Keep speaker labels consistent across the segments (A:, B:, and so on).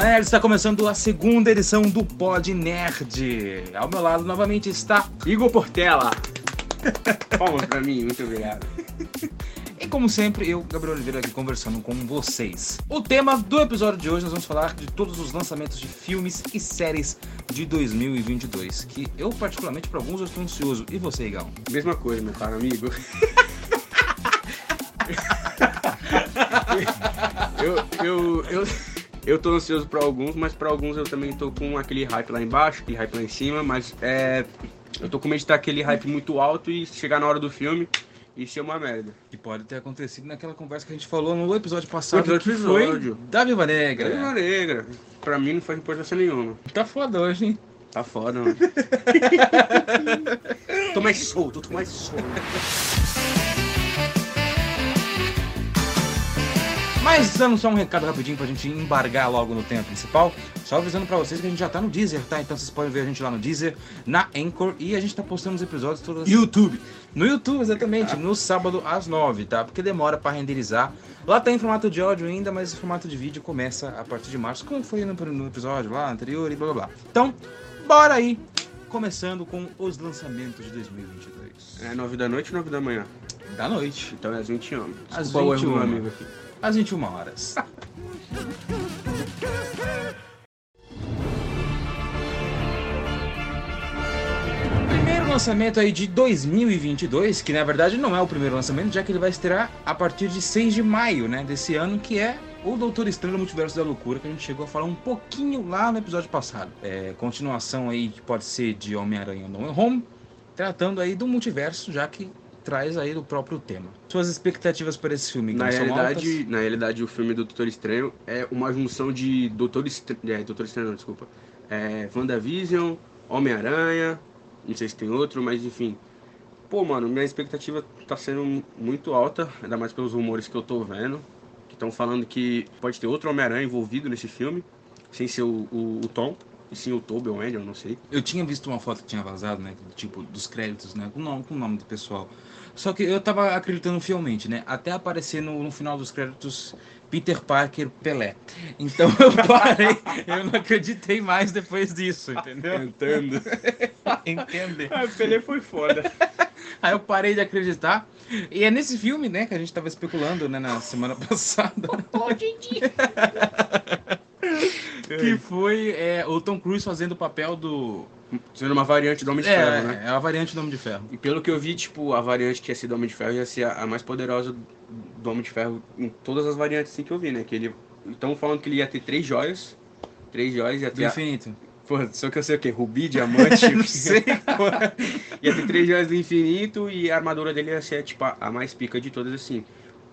A: Nerd está começando a segunda edição do Pod Nerd. Ao meu lado novamente está Igor Portela.
B: Palmas pra mim, muito obrigado.
A: E como sempre, eu, Gabriel Oliveira, aqui conversando com vocês. O tema do episódio de hoje, nós vamos falar de todos os lançamentos de filmes e séries de 2022, que eu, particularmente, para alguns, eu estou ansioso. E você, Igão?
B: Mesma coisa, meu caro amigo. eu, eu, eu, eu tô ansioso pra alguns, mas pra alguns eu também tô com aquele hype lá embaixo, aquele hype lá em cima, mas é. Eu tô com medo de estar aquele hype muito alto e chegar na hora do filme e ser uma merda.
A: Que pode ter acontecido naquela conversa que a gente falou no episódio passado,
B: Outro
A: que
B: episódio.
A: foi da Viva Negra.
B: Grana negra. Pra mim não faz importância nenhuma.
A: Tá foda hoje, hein?
B: Tá foda, mano. tô mais solto, tô mais solto.
A: Mas dando só um recado rapidinho pra gente embargar logo no tema principal, só avisando pra vocês que a gente já tá no Deezer, tá? Então vocês podem ver a gente lá no Deezer, na Anchor e a gente tá postando os episódios todas
B: YouTube.
A: no YouTube, Ah. exatamente, no sábado às nove, tá? Porque demora pra renderizar. Lá tá em formato de áudio ainda, mas o formato de vídeo começa a partir de março, como foi no, no episódio lá anterior e blá blá blá. Então, bora aí, começando com os lançamentos de 2022.
B: É 9 da noite, 9 da manhã.
A: Da noite,
B: Então é às 20 horas.
A: Às
B: Desculpa o erro do
A: 21.
B: meu amigo aqui.
A: às 21 horas. Primeiro lançamento aí de 2022, que na verdade não é o primeiro lançamento, já que ele vai estrear a partir de 6 de maio, né, desse ano, que é o Doutor Estranho no Multiverso da Loucura, que a gente chegou a falar um pouquinho lá no episódio passado. É, continuação aí que pode ser de Homem-Aranha No Way Home, tratando aí do multiverso, já que traz aí do próprio tema. Suas expectativas para esse filme,
B: Na
A: Igor, Então são altas?
B: realidade, na realidade, o filme do Doutor Estranho é uma junção de Doutor Estranho. É, Doutor Estranho, não, desculpa. É, WandaVision, Homem-Aranha, não sei se tem outro, mas enfim. Pô, mano, minha expectativa tá sendo muito alta, ainda mais pelos rumores que eu tô vendo. Que estão falando que pode ter outro Homem-Aranha envolvido nesse filme, sem ser o, o- o Tom, e sim o Tobey ou Andrew, não sei.
A: Eu tinha visto uma foto que tinha vazado, né? Tipo, dos créditos, né? Com o nome, com o nome do pessoal. Só que eu tava acreditando fielmente, né? Até aparecer no, no final dos créditos Peter Parker Pelé. Então eu parei, eu não acreditei mais depois disso, entendeu?
B: Tentando.
A: Entender.
B: ah, o Pelé foi foda.
A: Aí eu parei de acreditar. E é nesse filme, né, que a gente tava especulando, né, na semana passada. que foi é, o Tom Cruise fazendo o papel do.
B: Sendo uma variante do Homem de
A: é,
B: Ferro, né?
A: é a variante do Homem de Ferro.
B: E pelo que eu vi, tipo, a variante que ia ser do Homem de Ferro ia ser a, a mais poderosa do Homem de Ferro em todas as variantes assim, que eu vi, né? Que ele. Estão falando que ele ia ter três joias. Três joias, ia
A: Do
B: ter. a-
A: infinito.
B: Porra, só que eu sei o quê? Rubi, diamante.
A: Não sei.
B: porra. ia ter três joias do infinito e a armadura dele ia ser, tipo, a, a mais pica de todas, assim.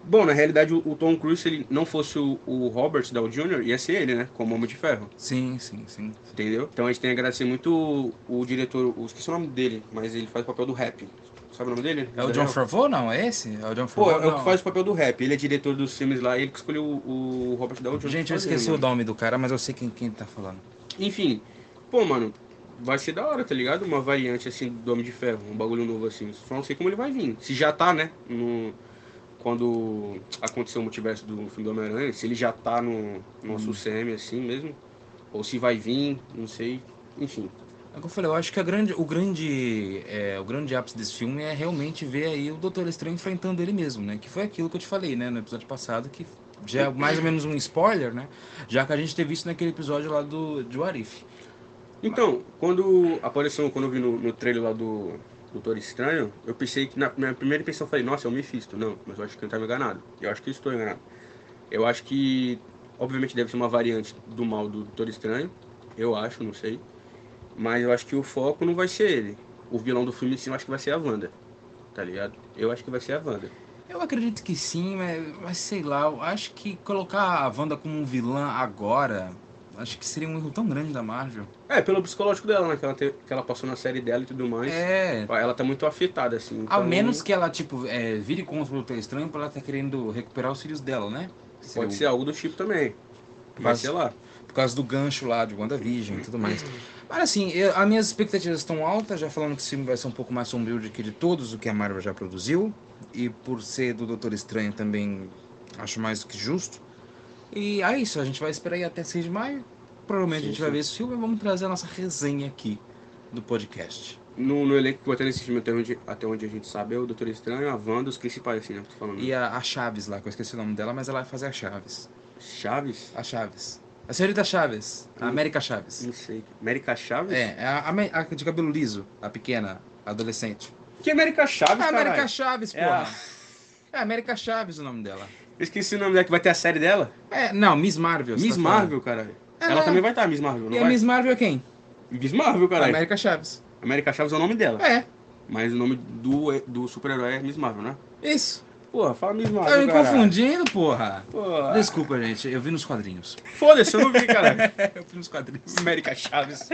B: Bom, na realidade, o, o Tom Cruise, se ele não fosse o, o Robert Downey Jr., ia ser ele, né? Como Homem de Ferro.
A: Sim, sim, sim.
B: Entendeu? Então a gente tem que agradecer muito o, o diretor, eu esqueci o nome dele, mas ele faz o papel do rap. Sabe o nome dele?
A: É o
B: Daniel?
A: John Favreau, não? É esse? É o John
B: Pô,
A: Favreau?
B: é o que
A: não.
B: faz o papel do rap. Ele é diretor dos filmes lá, ele que escolheu o, o Robert Downey Jr.
A: Gente,
B: pra
A: eu
B: fazer,
A: esqueci o
B: mano.
A: nome do cara, mas eu sei quem, quem tá falando.
B: Enfim, pô, mano, vai ser da hora, tá ligado? Uma variante assim do Homem de Ferro, um bagulho novo assim. Só não sei como ele vai vir. Se já tá, né? No... Quando aconteceu o multiverso do filme do Homem-Aranha, se ele já tá no nosso
A: Hum.
B: CM assim mesmo, ou se vai vir, não sei. Enfim,
A: É o que eu falei, eu acho que a grande, o, grande, é, o grande ápice desse filme é realmente ver aí o Doutor Estranho enfrentando ele mesmo, né? Que foi aquilo que eu te falei, né? No episódio passado, que já é mais ou menos um spoiler, né? Já que a gente teve isso naquele episódio lá do, do Arif.
B: Então, quando apareceu, quando eu vi no, no trailer lá do Doutor Estranho, eu pensei que na minha primeira impressão eu falei, nossa, é o Mephisto. Não, mas eu acho que eu estava enganado. Eu acho que eu estou enganado. Eu acho que, obviamente, deve ser uma variante do mal do Doutor Estranho. Eu acho, não sei. Mas eu acho que o foco não vai ser ele. O vilão do filme, sim, eu acho que vai ser a Wanda. Tá ligado? Eu acho que vai ser a Wanda.
A: Eu acredito que sim, mas, mas sei lá, eu acho que colocar a Wanda como um vilã agora, acho que seria um erro tão grande da Marvel.
B: É, pelo psicológico dela, né? Que ela, te- que ela passou na série dela e tudo mais.
A: É,
B: Ela tá muito afetada, assim.
A: A
B: então-
A: menos que ela, tipo, é, vire contra o Doutor Estranho pra ela tá querendo recuperar os filhos dela, né?
B: Pode
A: o-
B: ser algo do tipo também. Vai
A: Mas-
B: ser lá.
A: Por causa do gancho lá de WandaVision e tudo mais. Mas assim, eu- as minhas expectativas estão altas, já falando que esse filme vai ser um pouco mais sombrio do que de todos o que a Marvel já produziu. E por ser do Doutor Estranho também acho mais do que justo. E é isso, a gente vai esperar aí até 6 de maio. provavelmente
B: Sim,
A: a gente vai
B: sim.
A: ver esse filme e vamos trazer a nossa resenha aqui do podcast.
B: No, no elenco que botaram nesse filme até onde, até onde a gente sabe é o Doutor Estranho, a Wanda, os principais, assim, né? que eu Tô falando.
A: E a, a Chaves lá, que eu esqueci o nome dela, mas ela vai fazer a Chaves.
B: Chaves?
A: A Chaves. A senhorita Chaves. A
B: Hum.
A: América Chaves.
B: Não sei. América Chaves?
A: É, a, a, me- a de cabelo liso, a pequena, a adolescente.
B: Que América Chaves,
A: A Ah, América
B: caralho?
A: Chaves,
B: É a-
A: porra. É a América Chaves o nome dela.
B: Eu esqueci o nome dela que vai ter a série dela.
A: É, não, Miss Marvel. você
B: Miss
A: tá falando.
B: Marvel, caralho.
A: Ela- é-
B: Ela, também vai estar, Miss Marvel, não
A: E a Ah,
B: vai?
A: Miss Marvel é quem?
B: Miss Marvel,
A: A
B: caralho.
A: América Chaves.
B: América Chaves é o nome dela.
A: É,
B: Mas o nome do, do super-herói é Miss Marvel, né?
A: isso.
B: Porra, fala Miss Marvel,
A: Tá me
B: caralho.
A: confundindo, porra.
B: Porra.
A: Desculpa, gente, eu vi nos quadrinhos.
B: Foda-se, eu não vi, caralho.
A: eu vi nos quadrinhos.
B: América Chaves.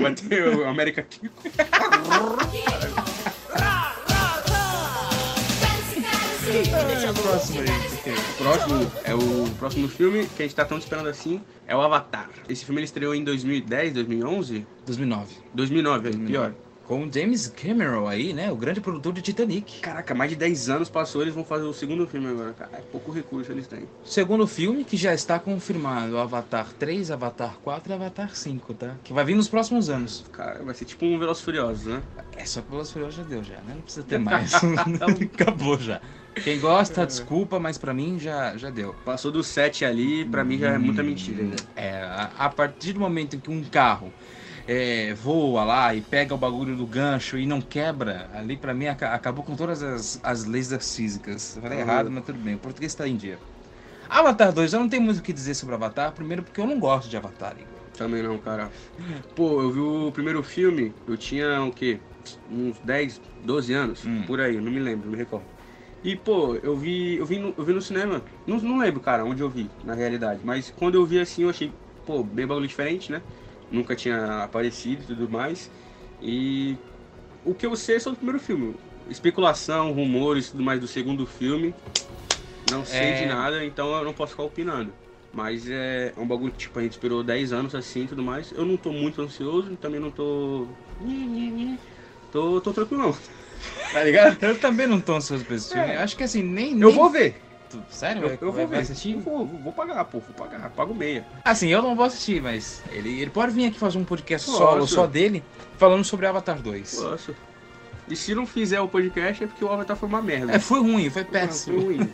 B: Vai ter o América Kiko.
A: Deixa o próximo aí.
B: O próximo é o próximo filme que a gente tá tão esperando assim, é o Avatar. Esse filme ele estreou em 2010, 2011,
A: 2009.
B: 2009, é pior.
A: Com o James Cameron aí, né? O grande produtor de Titanic.
B: Caraca, mais de 10 anos passou, eles vão fazer o segundo filme agora. Cara, é pouco recurso eles têm.
A: Segundo filme, que já está confirmado: Avatar 3, Avatar 4 e Avatar 5, tá? Que vai vir nos próximos anos.
B: Cara, vai ser tipo um Velozes Furiosos, né?
A: É só que Velas Furiosas já deu, já, né? Não precisa ter mais. Acabou já. Quem gosta, desculpa, mas pra mim já, já deu.
B: Passou do 7 ali, pra mim já é muita mentira ainda.
A: É, a, a partir do momento em que um carro é, voa lá e pega o bagulho do gancho e não quebra, ali pra mim aca- acabou com todas as, as leis das físicas. Eu Falei
B: Uhum.
A: errado, mas tudo bem. O português tá em dia. Avatar 2, eu não tenho muito o que dizer sobre Avatar. Primeiro, porque eu não gosto de Avatar, Igor.
B: Também não, cara. Pô, eu vi o primeiro filme, eu tinha o quê? Uns 10, 12 anos,
A: Hum.
B: por aí, não me lembro, não me recordo. E, pô, eu vi, eu vi, no, eu vi no cinema. Não, não lembro, cara, onde eu vi, na realidade. Mas quando eu vi assim, eu achei, pô, bem bagulho diferente, né? Nunca tinha aparecido e tudo mais. E o que eu sei é só do primeiro filme. Especulação, rumores e tudo mais do segundo filme. Não sei
A: É.
B: de nada, então eu não posso ficar opinando. Mas é um bagulho que, tipo, a gente esperou 10 anos assim e tudo mais. Eu não tô muito ansioso, também não tô. Tô, tô tranquilo, não. Tá ligado? É.
A: Eu também não tô ansioso pra esse filme. Eu acho que assim, nem.
B: Eu
A: nem-
B: vou ver.
A: Tu- Sério? é,
B: Eu,
A: Vai-
B: eu
A: vai-
B: vou
A: vai
B: ver.
A: assistir?
B: Eu vou, vou pagar, pô, vou pagar. Pago meia.
A: Assim, eu não vou assistir, mas ele, ele pode vir aqui fazer um podcast
B: Nossa.
A: solo só dele, falando sobre Avatar 2.
B: Posso. E se não fizer o podcast é porque o Avatar foi uma merda.
A: É, foi ruim, foi
B: Porra,
A: péssimo.
B: foi ruim.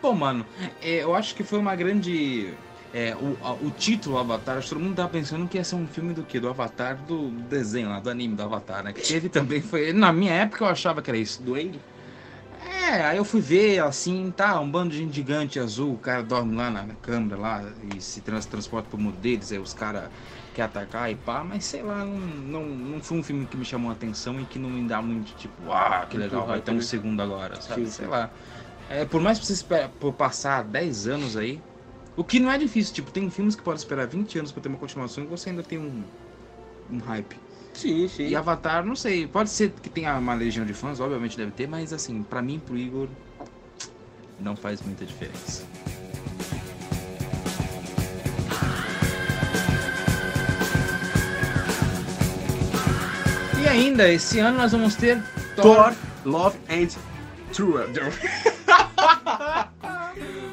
A: Bom, mano, é, eu acho que foi uma grande. é, o, a- o título Avatar, acho que todo mundo tava pensando que ia ser um filme do quê? Do Avatar, do desenho lá, do anime do Avatar, né? Que teve também, foi. Na minha época eu achava que era isso.
B: Duende?
A: É, aí eu fui ver, assim, tá, um bando de gente gigante azul, o cara dorme lá na, na câmara lá e se trans, transporta pro mundo deles, aí os caras querem atacar e pá, mas sei lá, não, não, não foi um filme que me chamou a atenção e que não me dá muito, tipo, ah, que
B: Muito
A: legal, vai
B: hype,
A: ter um
B: né?
A: segundo agora, sabe?
B: Sim,
A: Sei
B: sim.
A: lá. É, por mais que você espera, por passar 10 anos aí, o que não é difícil, tipo, tem filmes que podem esperar 20 anos pra ter uma continuação e você ainda tem um, um hype.
B: Sim, sim.
A: E Avatar, não sei, pode ser que tenha uma legião de fãs, obviamente deve ter, mas assim, pra mim, pro Igor, não faz muita diferença. E ainda, esse ano nós vamos ter
B: Thor, Love and Thunder.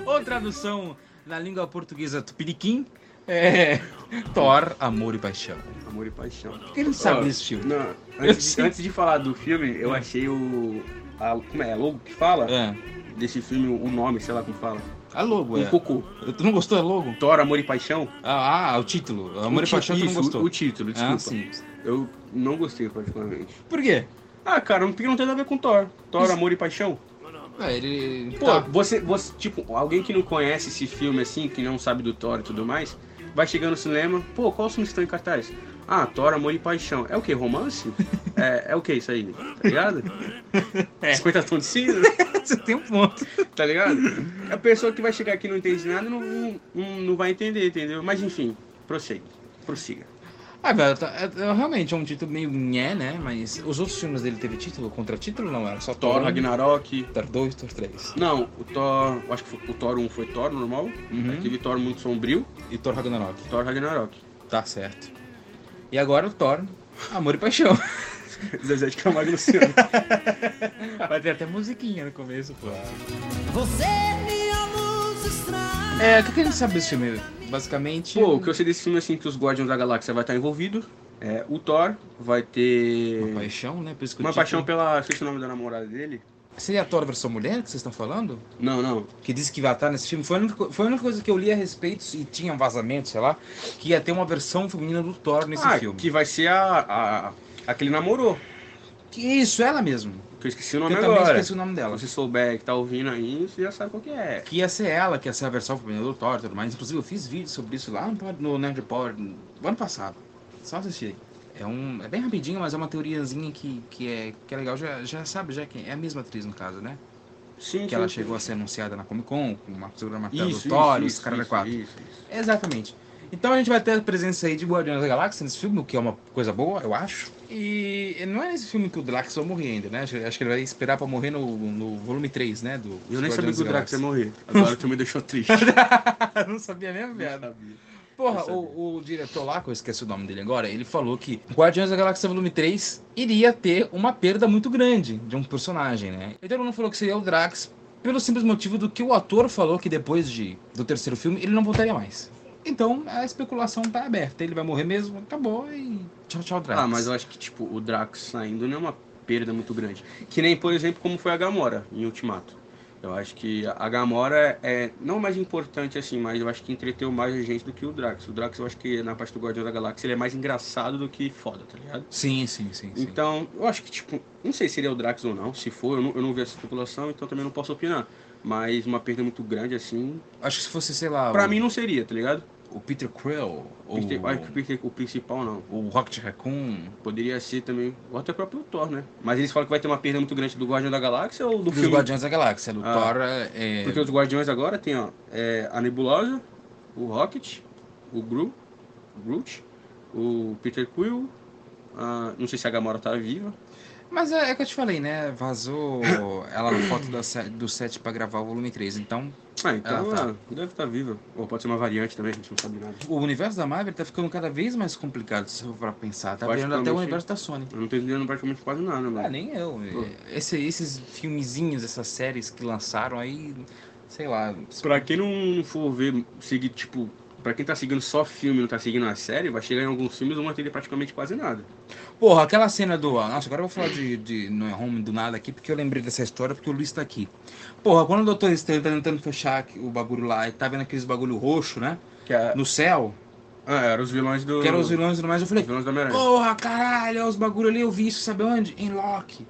A: ou tradução na língua portuguesa tupiniquim, é Thor, Amor e Paixão.
B: Amor e paixão.
A: Quem não sabe
B: Ó,
A: desse filme?
B: Não,
A: Eu
B: antes, de,
A: sei.
B: antes de falar do filme, eu achei o. a- como é? A logo que fala?
A: É.
B: Desse filme, o nome, sei lá como fala.
A: A logo, é.
B: Um cocô.
A: Tu não gostou da logo?
B: Thor, Amor e Paixão?
A: Ah, ah, o título. Amor
B: O
A: e Paixão tu
B: ti-
A: não
B: isso,
A: gostou.
B: O título, desculpa.
A: Ah, sim.
B: Eu não gostei particularmente.
A: Por quê?
B: Ah, cara, porque não tem nada a ver com Thor. Thor, Amor e Paixão?
A: É, ele.
B: Pô,
A: Tá.
B: você, você, tipo, alguém que não conhece esse filme assim, que não sabe do Thor e tudo mais, vai chegar no cinema, pô, qual filme estão em cartaz? Ah, Thor, Amor e Paixão. É o que, romance? é, é o que isso aí, tá ligado? 50 tons de cinza,
A: Você tem um ponto.
B: tá ligado? A pessoa que vai chegar aqui e não entende nada não, não, não vai entender, entendeu? Mas enfim, prossegue, prossiga.
A: Ah, velho, tá- é- é- realmente é um título meio nhé, né? Mas os outros filmes dele teve título, contra-título? Não, era só
B: Thor,
A: um,
B: Ragnarok...
A: Thor 2, Thor 3.
B: Não, o Thor, eu acho que foi- o Thor 1 foi Thor, normal.
A: Uhum.
B: Teve Thor muito sombrio,
A: E Thor Ragnarok.
B: Thor Ragnarok.
A: Tá certo. E agora o Thor, Amor e Paixão.
B: Zezé de Camargo e Luciano.
A: Vai ter até musiquinha no começo, pô.
C: Você me ama
A: É, o que, que a gente sabe desse filme? Basicamente.
B: Pô, o que eu sei desse filme assim que os Guardiões da Galáxia vai estar envolvido. É, o Thor vai ter
A: Uma paixão, né? Por isso que o
B: uma
A: título-
B: paixão pela. Esqueci o nome da namorada dele.
A: Seria a Thor versão mulher que vocês estão falando?
B: Não, não.
A: Que disse que vai estar nesse filme. Foi a, única, co- foi a única coisa que eu li a respeito e tinha um vazamento, sei lá, que ia ter uma versão feminina do Thor nesse
B: ah,
A: filme.
B: que vai ser a, a, aquele namorou.
A: Que isso, ela mesmo.
B: Que eu esqueci o
A: Eu
B: nome
A: também
B: agora.
A: esqueci o nome dela.
B: Se você souber que tá ouvindo aí, você já sabe qual que é.
A: Que ia ser ela, que ia ser a versão feminina do Thor e tudo mais. Inclusive, eu fiz vídeo sobre isso lá no, no Nerd Power no ano passado. Só assistir. É, um, é bem rapidinho, mas é uma teoriazinha que, que, é, que é legal. Já, já sabe, já que é a mesma atriz, no caso, né?
B: Sim,
A: Que ela chegou a ser anunciada na Comic Con, com uma figura martelo do
B: Isso,
A: Thor,
B: isso,
A: e os
B: isso,
A: caras da
B: isso,
A: 4.
B: Isso, isso.
A: Exatamente. Então a gente vai ter a presença aí de Guardiões da Galáxia nesse filme, o que é uma coisa boa, eu acho. E não é esse filme que o Drax vai morrer ainda, né? Acho acho que ele vai esperar pra morrer no, no volume 3, né? Do,
B: Eu nem
A: dos
B: sabia
A: Guardiões
B: que o
A: da
B: Drax
A: Galáxia.
B: ia morrer. Agora tu me deixou triste.
A: não sabia mesmo,
B: Não
A: viado.
B: sabia.
A: Porra,
B: Eu sabia.
A: o, o diretor lá, que eu esqueci o nome dele agora, ele falou que Guardiões da Galáxia Volume 3 iria ter uma perda muito grande de um personagem, né? Então ele não falou que seria o Drax, pelo simples motivo do que o ator falou que depois de, do terceiro filme ele não voltaria mais. Então a especulação tá aberta, ele vai morrer mesmo, acabou e tchau, tchau, Drax.
B: Ah, mas eu acho que, tipo, o Drax saindo não é uma perda muito grande. Que nem, por exemplo, como foi a Gamora em Ultimato. Eu acho que a Gamora é não mais importante assim, mas eu acho que entreteu mais a gente do que o Drax. O Drax, eu acho que na parte do Guardião da Galáxia, ele é mais engraçado do que foda, tá ligado?
A: Sim, sim, sim, sim.
B: Então, eu acho que, tipo, não sei se seria o Drax ou não. Se for, eu não, eu não vi essa população, então também não posso opinar. Mas uma perda muito grande, assim,
A: Acho que se fosse, sei lá,
B: pra
A: o,
B: mim não seria, tá ligado?
A: o Peter Quill, ou
B: Peter- acho que o Peter- o principal não.
A: o Rocket Raccoon,
B: Poderia ser também, ou até o próprio Thor, né? Mas eles falam que vai ter uma perda muito grande do Guardião da Galáxia ou do
A: dos
B: filme?
A: Guardiões da Galáxia, do
B: Ah.
A: Thor, é...
B: Porque os Guardiões agora tem, ó, é, a Nebulosa, o Rocket, o Gru, o Groot, o Peter Quill, a- não sei se a Gamora tá viva.
A: Mas é, é que eu te falei, né? Vazou ela a foto da se- do set pra gravar o volume 3. Então,
B: Ah, então
A: Ah, tá.
B: ah, deve estar viva. Ou pode ser uma variante também, a gente não sabe nada.
A: o universo da Marvel tá ficando cada vez mais complicado, se for pra pensar. Tá virando até o
B: Praticamente.
A: universo da Sony.
B: Eu não tô entendendo praticamente quase nada,
A: Ah,
B: mano.
A: nem eu. É, Esse- esses filmezinhos, essas séries que lançaram aí, sei lá.
B: Pra quem não for ver, seguir, tipo, pra quem tá seguindo só filme e não tá seguindo a série, vai chegar em alguns filmes e não vai entender praticamente quase nada.
A: Porra, aquela cena do. ah, Nossa, agora eu vou falar de, de No Way Home do nada aqui, porque eu lembrei dessa história, porque o Luiz tá aqui. Porra, quando o Doutor Estranho tá tentando fechar o bagulho lá e tá vendo aqueles bagulho roxo, né?
B: Que a-
A: No céu,
B: Ah, eram os vilões do.
A: que eram os vilões e tudo mais, eu falei,
B: Os vilões da Homem-Aranha.
A: Porra, caralho, olha os bagulho ali, eu vi isso, sabe onde? Em Loki.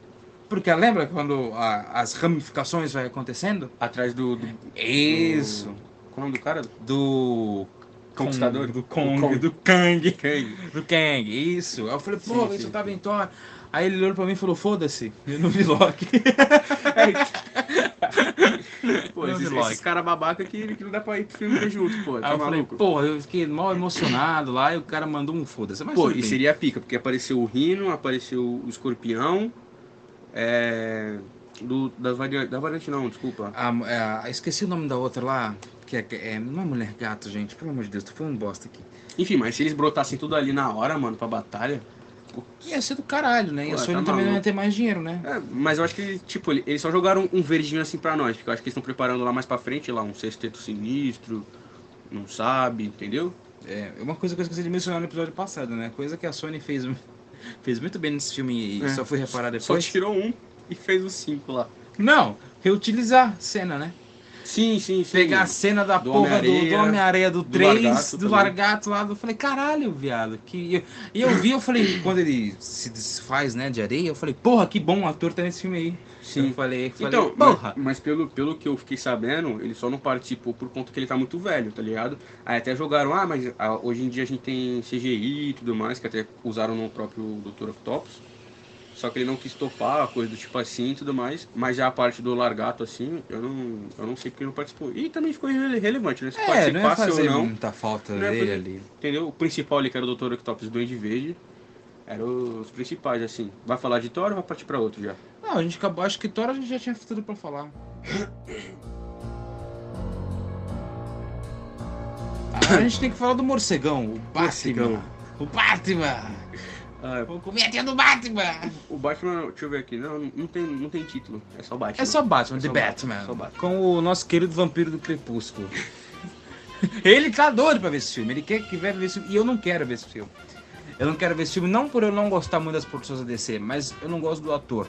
A: Porque lembra quando a- as ramificações vai acontecendo?
B: Atrás do. do...
A: Isso.
B: Qual é o nome do cara?
A: Do.
B: Conquistador?
A: Do Kong,
B: O Kong.
A: do Kang.
B: Kang.
A: Do Kang, isso. Aí eu falei,
B: Sim,
A: pô,
B: sim,
A: isso
B: sim.
A: tava em Thor. Aí ele olhou pra mim e falou, foda-se, eu não vi Loki.
B: Tá Pô,
A: Não,
B: esses,
A: Loki.
B: esses caras babaca que, que não dá pra ir pro filme ver junto, pô.
A: Aí
B: Tá
A: eu falei,
B: maluco?
A: porra, eu fiquei mal emocionado lá e o cara mandou um foda-se. Mas
B: Pô,
A: tudo
B: e
A: bem.
B: seria a pica, porque apareceu o Rino, apareceu o escorpião. É. Do, da, variante, da variante não, desculpa.
A: A, é, a- esqueci o nome da outra lá, que é, que é- não é mulher gato, gente, pelo amor de Deus, tô falando bosta aqui.
B: Enfim, mas se eles brotassem tudo ali na hora, mano, pra batalha.
A: Ia ser do caralho, né? E a
B: Ué,
A: Sony
B: tá
A: também não ia
B: maluco.
A: ter mais dinheiro, né?
B: É, mas eu acho que, tipo, ele- eles só jogaram um verdinho assim pra nós, porque eu acho que eles estão preparando lá mais pra frente, lá, um sexteto sinistro, não sabe, entendeu?
A: É uma coisa que eu esqueci de mencionar no episódio passado, né? Coisa que a Sony fez, fez muito bem nesse filme e
B: É.
A: só fui reparar
B: Só
A: depois.
B: tirou um e fez os cinco lá.
A: Não, reutilizar cena, né?
B: Sim, sim, sim.
A: Pegar a cena da
B: Do
A: porra do, do
B: Homem-Areia,
A: Homem-Areia do
B: do
A: 3,
B: Largato
A: do,
B: também.
A: Largato lá. Eu falei, caralho, viado. Que... eu- E eu vi, eu falei, quando ele se desfaz, né, de areia, eu falei, porra, que bom o ator tá nesse filme aí. Eu
B: Sim.
A: falei, falei
B: Então,
A: porra.
B: mas, mas pelo, pelo que eu fiquei sabendo, ele só não participou por conta que ele tá muito velho, tá ligado? Aí até jogaram, ah, mas ah, hoje em dia a gente tem CGI e tudo mais, que até usaram no próprio Dr. Octopus. Só que ele não quis topar, coisa do tipo assim e tudo mais. Mas já a parte do largato, assim, eu não, eu não sei porque não participou. E também ficou irre- irrelevante, né? Se
A: É, não ia
B: participasse
A: fazer
B: ou não,
A: muita falta
B: Não é
A: dele
B: por-
A: ali. né?
B: entendeu? O principal ali, que era o Dr. Octopus do Duende Verde, eram os principais, assim. Vai falar de Thor ou vai partir pra outro já?
A: Não, a gente acabou. Acho que Thor a gente já tinha tudo pra falar. Agora a gente tem que falar do morcegão, o Batman.
B: Morcegão.
A: O Batman! Ah, vou comer até do Batman!
B: O Batman, deixa eu ver aqui, não, não tem, não tem título, é só Batman.
A: É só Batman, The
B: só
A: Batman.
B: Batman, só Batman.
A: Com o nosso querido vampiro do Crepúsculo. ele tá doido pra ver esse filme. Ele quer que ver esse filme. E eu não quero ver esse filme. Eu não quero ver esse filme, não por eu não gostar muito das produções da DC, mas eu não gosto do ator.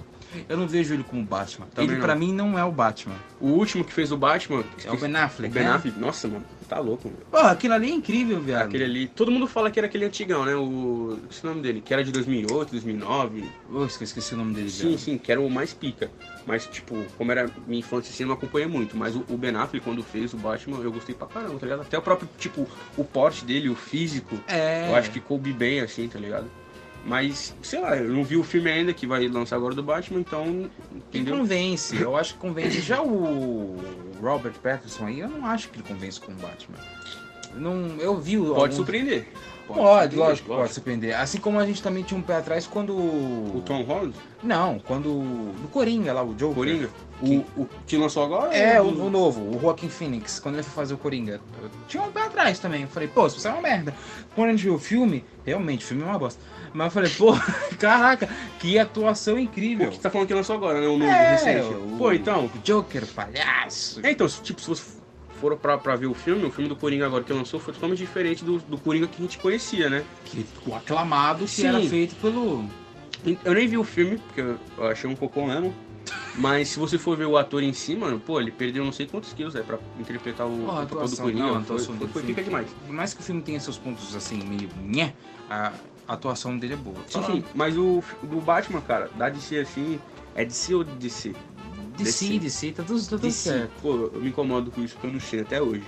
A: Eu não vejo ele como Batman.
B: Também
A: ele,
B: não.
A: pra mim, não é o Batman.
B: O último que fez o Batman,
A: É o
B: esqueci-
A: Ben
B: o
A: Affleck,
B: Ben
A: né?
B: Affleck, nossa, mano, tá louco, mano.
A: Pô, aquilo ali é incrível, viado.
B: Aquele ali, todo mundo fala que era aquele antigão, né? O, esse nome dele, que era de 2008, 2009.
A: Ô, esque- esqueci o nome dele,
B: Sim,
A: viado.
B: sim, que era o mais pica. Mas, tipo, como era minha infância assim, eu não acompanhei muito. Mas o, o Ben Affleck, quando fez o Batman, eu gostei pra caramba, tá ligado? Até o próprio, tipo, o porte dele, o físico,
A: É.
B: eu acho que coube bem, assim, tá ligado? Mas, sei lá, eu não vi o filme ainda que vai lançar agora do Batman, então.
A: Ele
B: Entendeu?
A: convence, eu acho que convence. Já o Robert Pattinson aí, eu não acho que ele convence com o Batman. Não, eu vi o.
B: Pode
A: alguns-
B: surpreender.
A: Pode, lógico, pode surpreender. Assim como a gente também tinha um pé atrás quando.
B: O Tom Holland?
A: Não, quando. No Coringa lá, o Joe.
B: O Coringa? O, o que lançou agora?
A: É, o,
B: o,
A: o novo, o Joaquin Phoenix, quando ele foi fazer o Coringa. Eu tinha um pé atrás também. Eu falei, pô, isso é uma merda. Quando a gente viu o filme, realmente, o filme é uma bosta. Mas eu falei, pô, caraca, que atuação incrível.
B: o que tá falando que lançou agora, né? O novo,
A: É,
B: recente.
A: o-
B: Pô, então,
A: O Joker, palhaço.
B: É, então, se- tipo, se você for pra, pra ver o filme, o filme do Coringa agora que lançou foi totalmente diferente do, do Coringa que a gente conhecia, né?
A: que o aclamado que
B: Sim.
A: era feito pelo
B: Eu nem vi o filme, porque eu eu achei um pouco mesmo. Mas se você for ver o ator em si, mano, pô, ele perdeu não sei quantos quilos é, pra interpretar o,
A: Pô, a
B: o papel do
A: atuação,
B: Coringa.
A: não, a
B: foi,
A: atuação
B: foi,
A: do
B: foi
A: filme.
B: pica demais.
A: por mais que o filme tenha seus pontos assim meio nhé, a atuação dele é boa
B: Sim, sim, mas o f- do Batman, cara, da DC assim, é DC ou DC?
A: de si de si tá tudo, tá tudo
B: DC,
A: certo
B: pô, eu me incomodo com isso, porque eu não sei até hoje.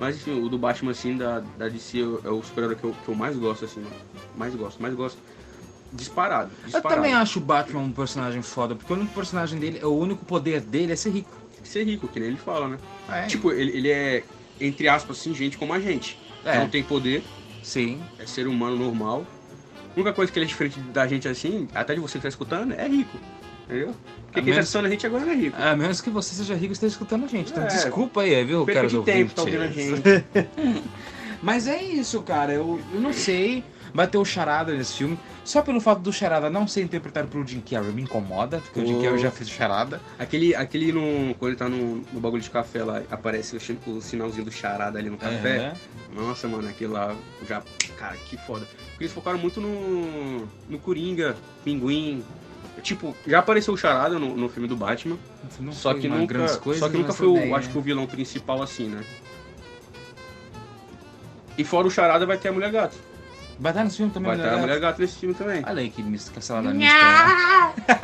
B: Mas enfim, o do Batman, assim, da, da DC eu- é o super-herói que eu, que eu mais gosto, assim, mano. Mais gosto, mais gosto. Disparado,
A: eu
B: disparado.
A: também acho o Batman um personagem foda porque o único personagem dele é o único poder dele é ser rico
B: Tem que ser rico, que nem ele fala, né?
A: é,
B: Tipo, ele, ele é, entre aspas, assim, gente como a gente.
A: É.
B: Não tem poder,
A: sim
B: é ser humano normal. A única coisa que ele é diferente da gente, assim, até de você que tá escutando, é rico. Entendeu? Porque
A: A
B: quem tá
A: menos-
B: escutando a gente agora não é rico.
A: a menos que você seja rico e esteja escutando a gente então
B: É.
A: desculpa aí viu
B: Perca
A: cara
B: de
A: do
B: tempo, tá ouvindo a gente.
A: Mas é isso, cara. Eu, eu não sei. Bateu o Charada nesse filme. Só pelo fato do Charada não ser interpretado pelo Jim Carrey me incomoda, porque o Jim
B: Ô.
A: Carrey já fez o Charada.
B: Aquele, aquele no, quando ele tá no, no bagulho de café lá, aparece o, chi- o sinalzinho do charada ali no café.
A: É.
B: Nossa, mano, aquele lá já. Cara, que foda. Porque eles focaram muito no. no Coringa, Pinguim. Tipo, já apareceu o Charada no, no filme do Batman.
A: Não
B: só,
A: foi
B: que
A: uma
B: nunca,
A: grandes coisas,
B: só que nunca
A: mas
B: foi o,
A: tudo bem,
B: acho
A: né?
B: que o vilão principal assim, né? E fora o Charada vai ter a Mulher Gato.
A: Batalha nesse filme também,
B: Vai ter a
A: né?
B: Mulher Gato nesse filme também.
A: Olha aí que mis- que salada mista. né?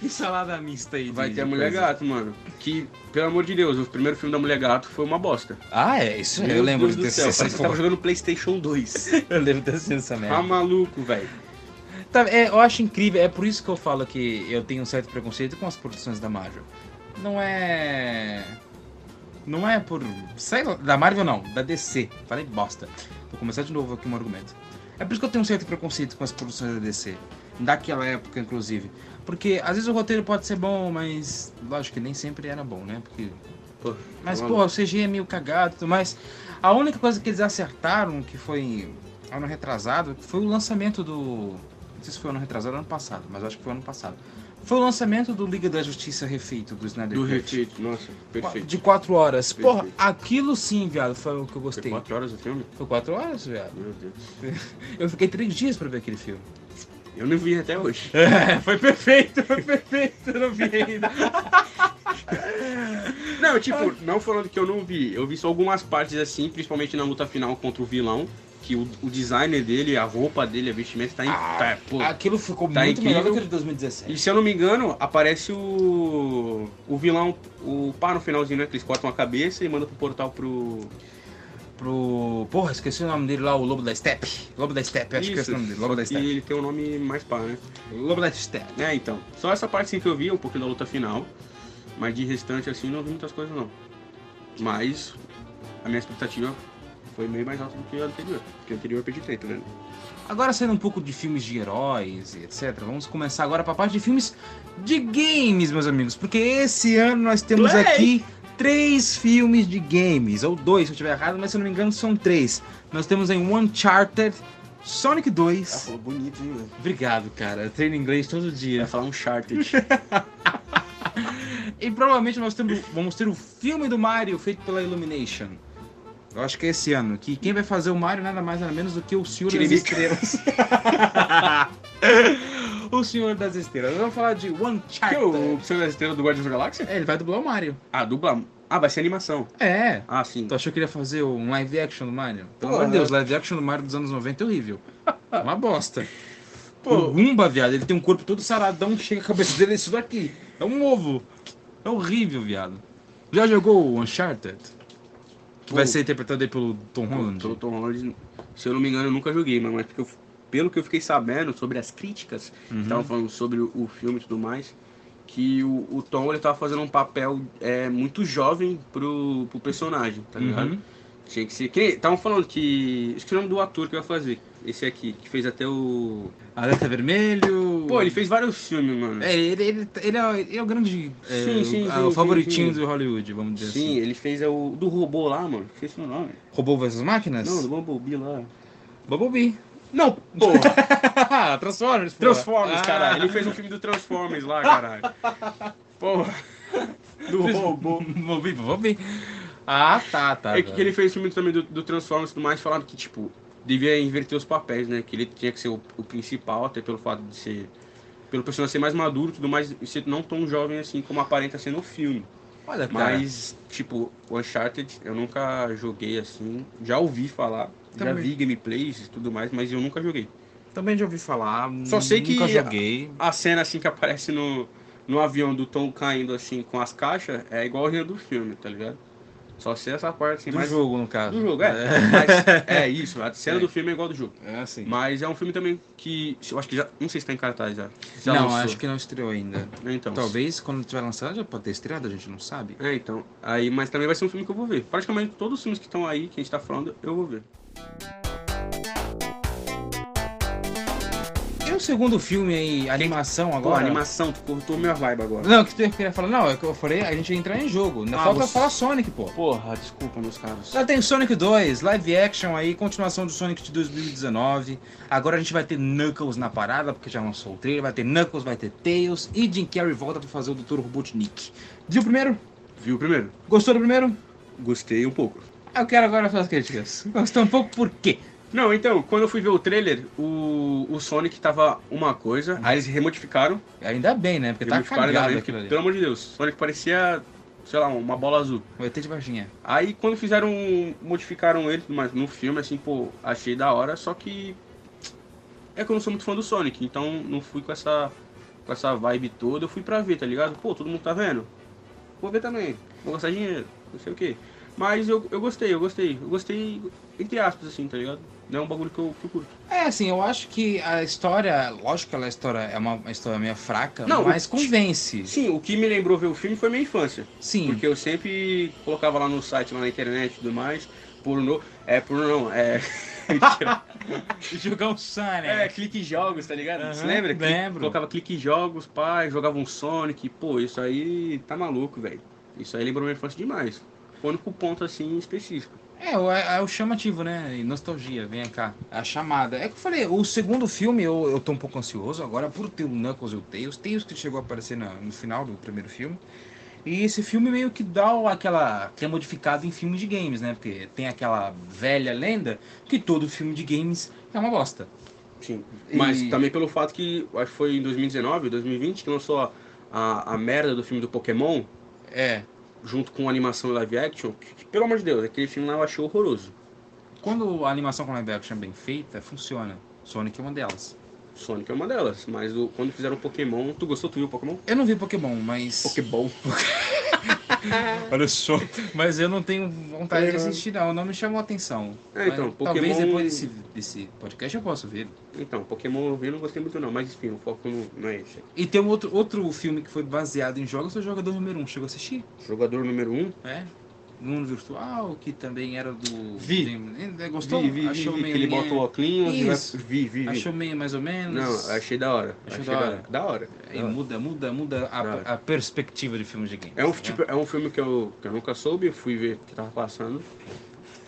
A: que salada mista aí. de-
B: Vai ter a
A: tipo de
B: Mulher
A: coisa.
B: Gato, mano. Que, pelo amor de Deus, o primeiro filme da Mulher Gato foi uma bosta.
A: Ah, é, isso
B: Meu
A: eu lembro
B: Deus
A: de
B: do
A: ter É.
B: céu, Tá
A: assistido
B: parece
A: essa
B: que eu tava
A: porra.
B: jogando PlayStation 2.
A: Eu lembro de ter assistido essa merda.
B: Tá maluco, velho.
A: Tá, é, eu acho incrível, é por isso que eu falo que eu tenho um certo preconceito com as produções da Marvel. Não é. Não é por. Sei lá, da Marvel não, da DC. Falei bosta. Vou começar de novo aqui um argumento. É por isso que eu tenho um certo preconceito com as produções da DC. Daquela época, inclusive. Porque às vezes o roteiro pode ser bom, mas. Lógico que nem sempre era bom, né? Porque
B: Pô,
A: mas,
B: tá
A: pô, o CG é meio cagado e tudo mais. A única coisa que eles acertaram, que foi ano retrasado, foi o lançamento do. Não sei se foi ano retrasado ou ano passado, mas acho que foi ano passado. Foi o lançamento do Liga da Justiça refeito do Snyder
B: Do
A: Cut.
B: retiro, nossa, perfeito.
A: De 4 horas. Porra,
B: Perfeito.
A: aquilo sim, viado, foi o que eu
B: Foi
A: gostei.
B: quatro horas o filme?
A: Foi 4 horas, viado.
B: Meu Deus.
A: Eu fiquei 3 dias pra ver aquele filme.
B: Eu não vi até hoje.
A: É, foi perfeito, foi perfeito, eu não vi ainda.
B: Não, tipo, não falando que eu não vi. Eu vi só algumas partes assim, principalmente na luta final contra o vilão. Que o, o designer dele, a roupa dele, a vestimenta tá em
A: Ah,
B: tá, pô.
A: Aquilo ficou
B: Tá
A: muito melhor do
B: incrível.
A: que o de 2017.
B: E se eu não me engano, aparece o. o vilão, o pá no finalzinho, né? Que eles cortam a cabeça e mandam pro portal pro.
A: pro. Porra, esqueci o nome dele lá, o Lobo da Steppe. Lobo da Steppe, acho que
B: Isso.
A: é o nome dele. Lobo da
B: E
A: Steppe.
B: ele tem um nome mais pá, né?
A: Lobo da Steppe.
B: É, então. Só essa parte assim que eu vi, um pouquinho da luta final. Mas de restante, assim, não vi muitas coisas, não. Mas a minha expectativa foi meio mais alta do que a anterior. Porque a anterior eu perdi tempo, né?
A: Agora saindo um pouco de filmes de heróis e etc. Vamos começar agora pra parte de filmes de games, meus amigos. Porque esse ano nós temos
B: Play.
A: aqui três filmes de games. Ou dois, se eu estiver errado, mas se eu não me engano são três. Nós temos aí um Uncharted, Sonic
B: Ela
A: 2.
B: falou Ah, bonito, hein, velho?
A: Obrigado, cara. Eu treino inglês todo
B: Ia
A: dia.
B: falar um Charted.
A: E provavelmente nós temos, vamos ter o filme do Mario feito pela Illumination. Eu acho que é esse ano. Que quem vai fazer o Mario nada mais nada menos do que o Senhor das
B: Tiririca.
A: Estrelas. o Senhor das Estrelas. Nós vamos falar de One
B: que é
A: Child.
B: o Senhor das Estrelas do Guardiões da Galáxia?
A: É, ele vai dublar o Mario.
B: Ah, dubla. Ah, vai ser animação.
A: É.
B: Ah, sim.
A: Tu achou que ele ia fazer um live action do Mario? Pelo
B: Porra.
A: amor de Deus, live action do Mario dos anos 90 é horrível. É uma bosta.
B: Pô.
A: O Goomba, viado, ele tem um corpo todo saradão, chega a cabeça dele é isso daqui. É um ovo. É horrível, viado. Já jogou o Uncharted? Que vai
B: Pô.
A: ser interpretado aí pelo Tom Holland?
B: Pelo Tom Holland, se eu não me engano, eu nunca joguei, mas, mas porque eu- pelo que eu fiquei sabendo sobre as críticas,
A: Uhum.
B: estavam falando sobre o, o filme e tudo mais, que o, o Tom ele tava fazendo um papel é, muito jovem pro, pro personagem, tá ligado?
A: Uhum.
B: Tinha que ser. Estavam falando que. Esqueci o nome do ator que vai fazer. Esse aqui, que fez até o.
A: Alerta Vermelho.
B: Pô, ele fez vários filmes, mano.
A: É, ele, ele, ele é, ele é o grande. é,
B: Sim, sim,
A: o,
B: sim,
A: o
B: sim,
A: favoritinho
B: sim.
A: do Hollywood, vamos dizer
B: Sim,
A: assim.
B: ele fez é o do robô lá, mano. Esqueci o nome.
A: Roubou versus máquinas?
B: Não, do Bumblebee lá.
A: Bumblebee.
B: Não, porra.
A: Transformers. porra.
B: Transformers,
A: Ah.
B: caralho. Ele fez um filme do Transformers lá, caralho. Porra. Do robô.
A: Vou ver, vou ver. Ah, tá, tá.
B: É que ele fez filme também do, do Transformers e tudo mais, falaram que, tipo, devia inverter os papéis, né? Que ele tinha que ser o, o principal, até pelo fato de ser. Pelo personagem ser mais maduro e tudo mais, e ser não tão jovem assim como aparenta ser no filme.
A: Olha, cara,
B: Mas, tipo, o Uncharted eu nunca joguei assim. Já ouvi falar, já
A: Também.
B: vi gameplays e tudo mais, mas eu nunca joguei.
A: também já ouvi falar. hum,
B: Só sei que-
A: Nunca joguei.
B: A cena assim que aparece no, no avião do Tom caindo assim com as caixas é igualzinha do filme, tá ligado? Só sei essa parte assim,
A: Do
B: mas.
A: jogo, no caso.
B: Do jogo, é. Mas é isso, a cena
A: É.
B: do filme é igual do jogo.
A: É assim.
B: Mas é um filme também que. Eu acho que já. Não sei se tá em cartaz já. já
A: não,
B: lançou.
A: acho que não estreou ainda.
B: É, Então.
A: Talvez quando tiver lançado já pode ter estreado, a gente não sabe.
B: É, então. Aí, mas também vai ser um filme que eu vou ver. Praticamente todos os filmes que estão aí, que a gente tá falando, eu vou ver.
A: E o um segundo filme aí, animação
B: Pô,
A: agora?
B: animação, tu cortou minha vibe agora.
A: Não, que tu queria falar. Não, é que eu falei, a gente ia entrar em jogo. Ainda
B: Ah,
A: falta
B: você-
A: falar Sonic, pô.
B: Porra, desculpa, meus caros.
A: Já tem Sonic 2, live action aí, continuação do Sonic de 2019. Agora a gente vai ter Knuckles na parada, porque já lançou o trailer. Vai ter Knuckles, vai ter Tails e Jim Carrey volta pra fazer o Dr. Robotnik. Viu o primeiro?
B: Viu primeiro?
A: Gostou do primeiro?
B: Gostei um pouco.
A: Eu quero agora as suas críticas. Gostou um pouco por quê?
B: Não, então, quando eu fui ver o trailer, o, o Sonic tava uma coisa, aí eles remodificaram.
A: Ainda bem, né? Porque tá
B: remodificaram ainda
A: cagado
B: bem,
A: aquilo
B: porque,
A: ali.
B: Pelo amor de Deus, Sonic parecia, sei lá, uma bola azul.
A: Vai ter de baixinha.
B: Aí quando fizeram, modificaram ele mas no filme, assim, pô, achei da hora, só que é que eu não sou muito fã do Sonic, então não fui com essa com essa vibe toda, eu fui pra ver, tá ligado? Pô, todo mundo tá vendo? Vou ver também, vou gastar dinheiro, não sei o quê. Mas eu, eu gostei, eu gostei, eu gostei, entre aspas, assim, tá ligado? Não é um bagulho que eu, que eu curto.
A: É, assim, eu acho que a história, lógico que ela é, história, é uma, uma história meio fraca,
B: Não,
A: mas
B: o-
A: convence.
B: Sim, o que me lembrou ver o filme foi minha infância.
A: Sim.
B: Porque eu sempre colocava lá no site, lá na internet e tudo mais, pornô. É, pornô não, é. Mentira.
A: Jogar o né? Sonic.
B: é, clique jogos, tá ligado?
A: Aham,
B: Você lembra? Clique-
A: lembro.
B: Colocava clique jogos, pai, jogava um Sonic. Pô, isso aí tá maluco, velho. Isso aí lembrou minha infância demais. Foi o único ponto assim específico.
A: É, o- é, é o chamativo, né? E Nostalgia, vem cá. A chamada. É que eu falei, o segundo filme eu, eu tô um pouco ansioso agora por ter o Knuckles e o Tails. Tails que chegou a aparecer na- no final do primeiro filme. E esse filme meio que dá o- aquela. que é modificado em filme de games, né? Porque tem aquela velha lenda que todo filme de games é uma bosta.
B: Sim.
A: E-
B: Mas também pelo fato que acho que foi em 2019, 2020, que lançou a, a, a merda do filme do Pokémon,
A: É.
B: junto com a animação live action, que, que, pelo amor de Deus, aquele filme lá eu achei horroroso.
A: Quando a animação com live action é bem feita, funciona. Sonic é uma delas.
B: Sonic é uma delas, mas o- quando fizeram o Pokémon, tu gostou? Tu viu o Pokémon?
A: Eu não vi Pokémon, mas.
B: Pokéball.
A: Olha só. Mas eu não tenho vontade de
B: Tá ligado.
A: assistir, não. Não me chamou a atenção.
B: É, então,
A: Mas Talvez
B: Pokémon-
A: depois desse, desse podcast eu possa ver.
B: Então, Pokémon eu vi, não gostei muito não, mas enfim, o foco não, não é esse.
A: E tem um outro, outro filme que foi baseado em jogos, é o Jogador Número 1. Chegou a assistir?
B: Jogador número 1, um,
A: É. No mundo virtual, que também era do...
B: Vi.
A: Tem- Gostou?
B: vi, vi, vi,
A: Achou
B: vi,
A: meio...
B: que ele
A: nhé.
B: bota o óculos e vai...
A: Isso.
B: Vi, vi, vi.
A: Achou meio mais ou menos.
B: Não, achei da hora.
A: Achou
B: achei
A: da hora.
B: Da hora.
A: E
B: Da hora.
A: muda, muda, muda
B: Não.
A: a, a perspectiva de filmes de games.
B: É um,
A: né?
B: tipo, é um filme que eu, que eu nunca soube, eu fui ver o que tava passando.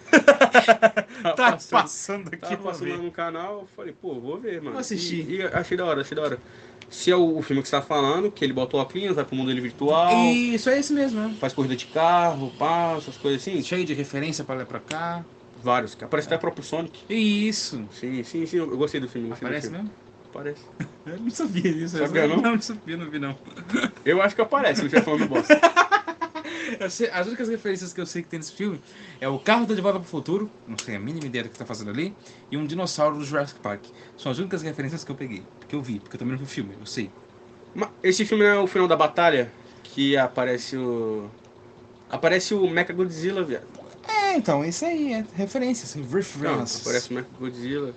A: tá
B: passando-
A: passando aqui
B: Tava
A: pra
B: passando lá
A: ver.
B: no canal, eu falei, pô, vou ver, mano.
A: Vou assistir.
B: E, e achei da hora, achei da hora. Se é o, o filme que você tá falando, que ele bota o óculos, vai pro mundo dele virtual,
A: E isso é isso mesmo, né?
B: faz corrida de carro, pá, essas coisas assim.
A: Cheio de referência pra lá e pra cá.
B: Vários, que aparece até o próprio Sonic.
A: Isso.
B: Sim, sim, sim, eu eu gostei do é filme. Gostei
A: Aparece
B: do filme.
A: mesmo?
B: Aparece.
A: Eu não sabia disso.
B: Sabia,
A: eu
B: não?
A: Não, não sabia, não vi, não.
B: Eu acho que aparece, não tinha falando bosta.
A: Eu sei- as únicas referências que eu sei que tem nesse filme é o carro do De Volta pro Futuro, não sei a mínima ideia do que tá fazendo ali, e um dinossauro do Jurassic Park. São as únicas referências que eu peguei, que eu vi, porque eu também não vi o filme, eu sei.
B: Mas esse filme não é o final da batalha, que aparece o... Aparece o Mecha Godzilla, viado.
A: É, então, isso aí, é referências,
B: Não,
A: referências.
B: aparece o Mecha Godzilla.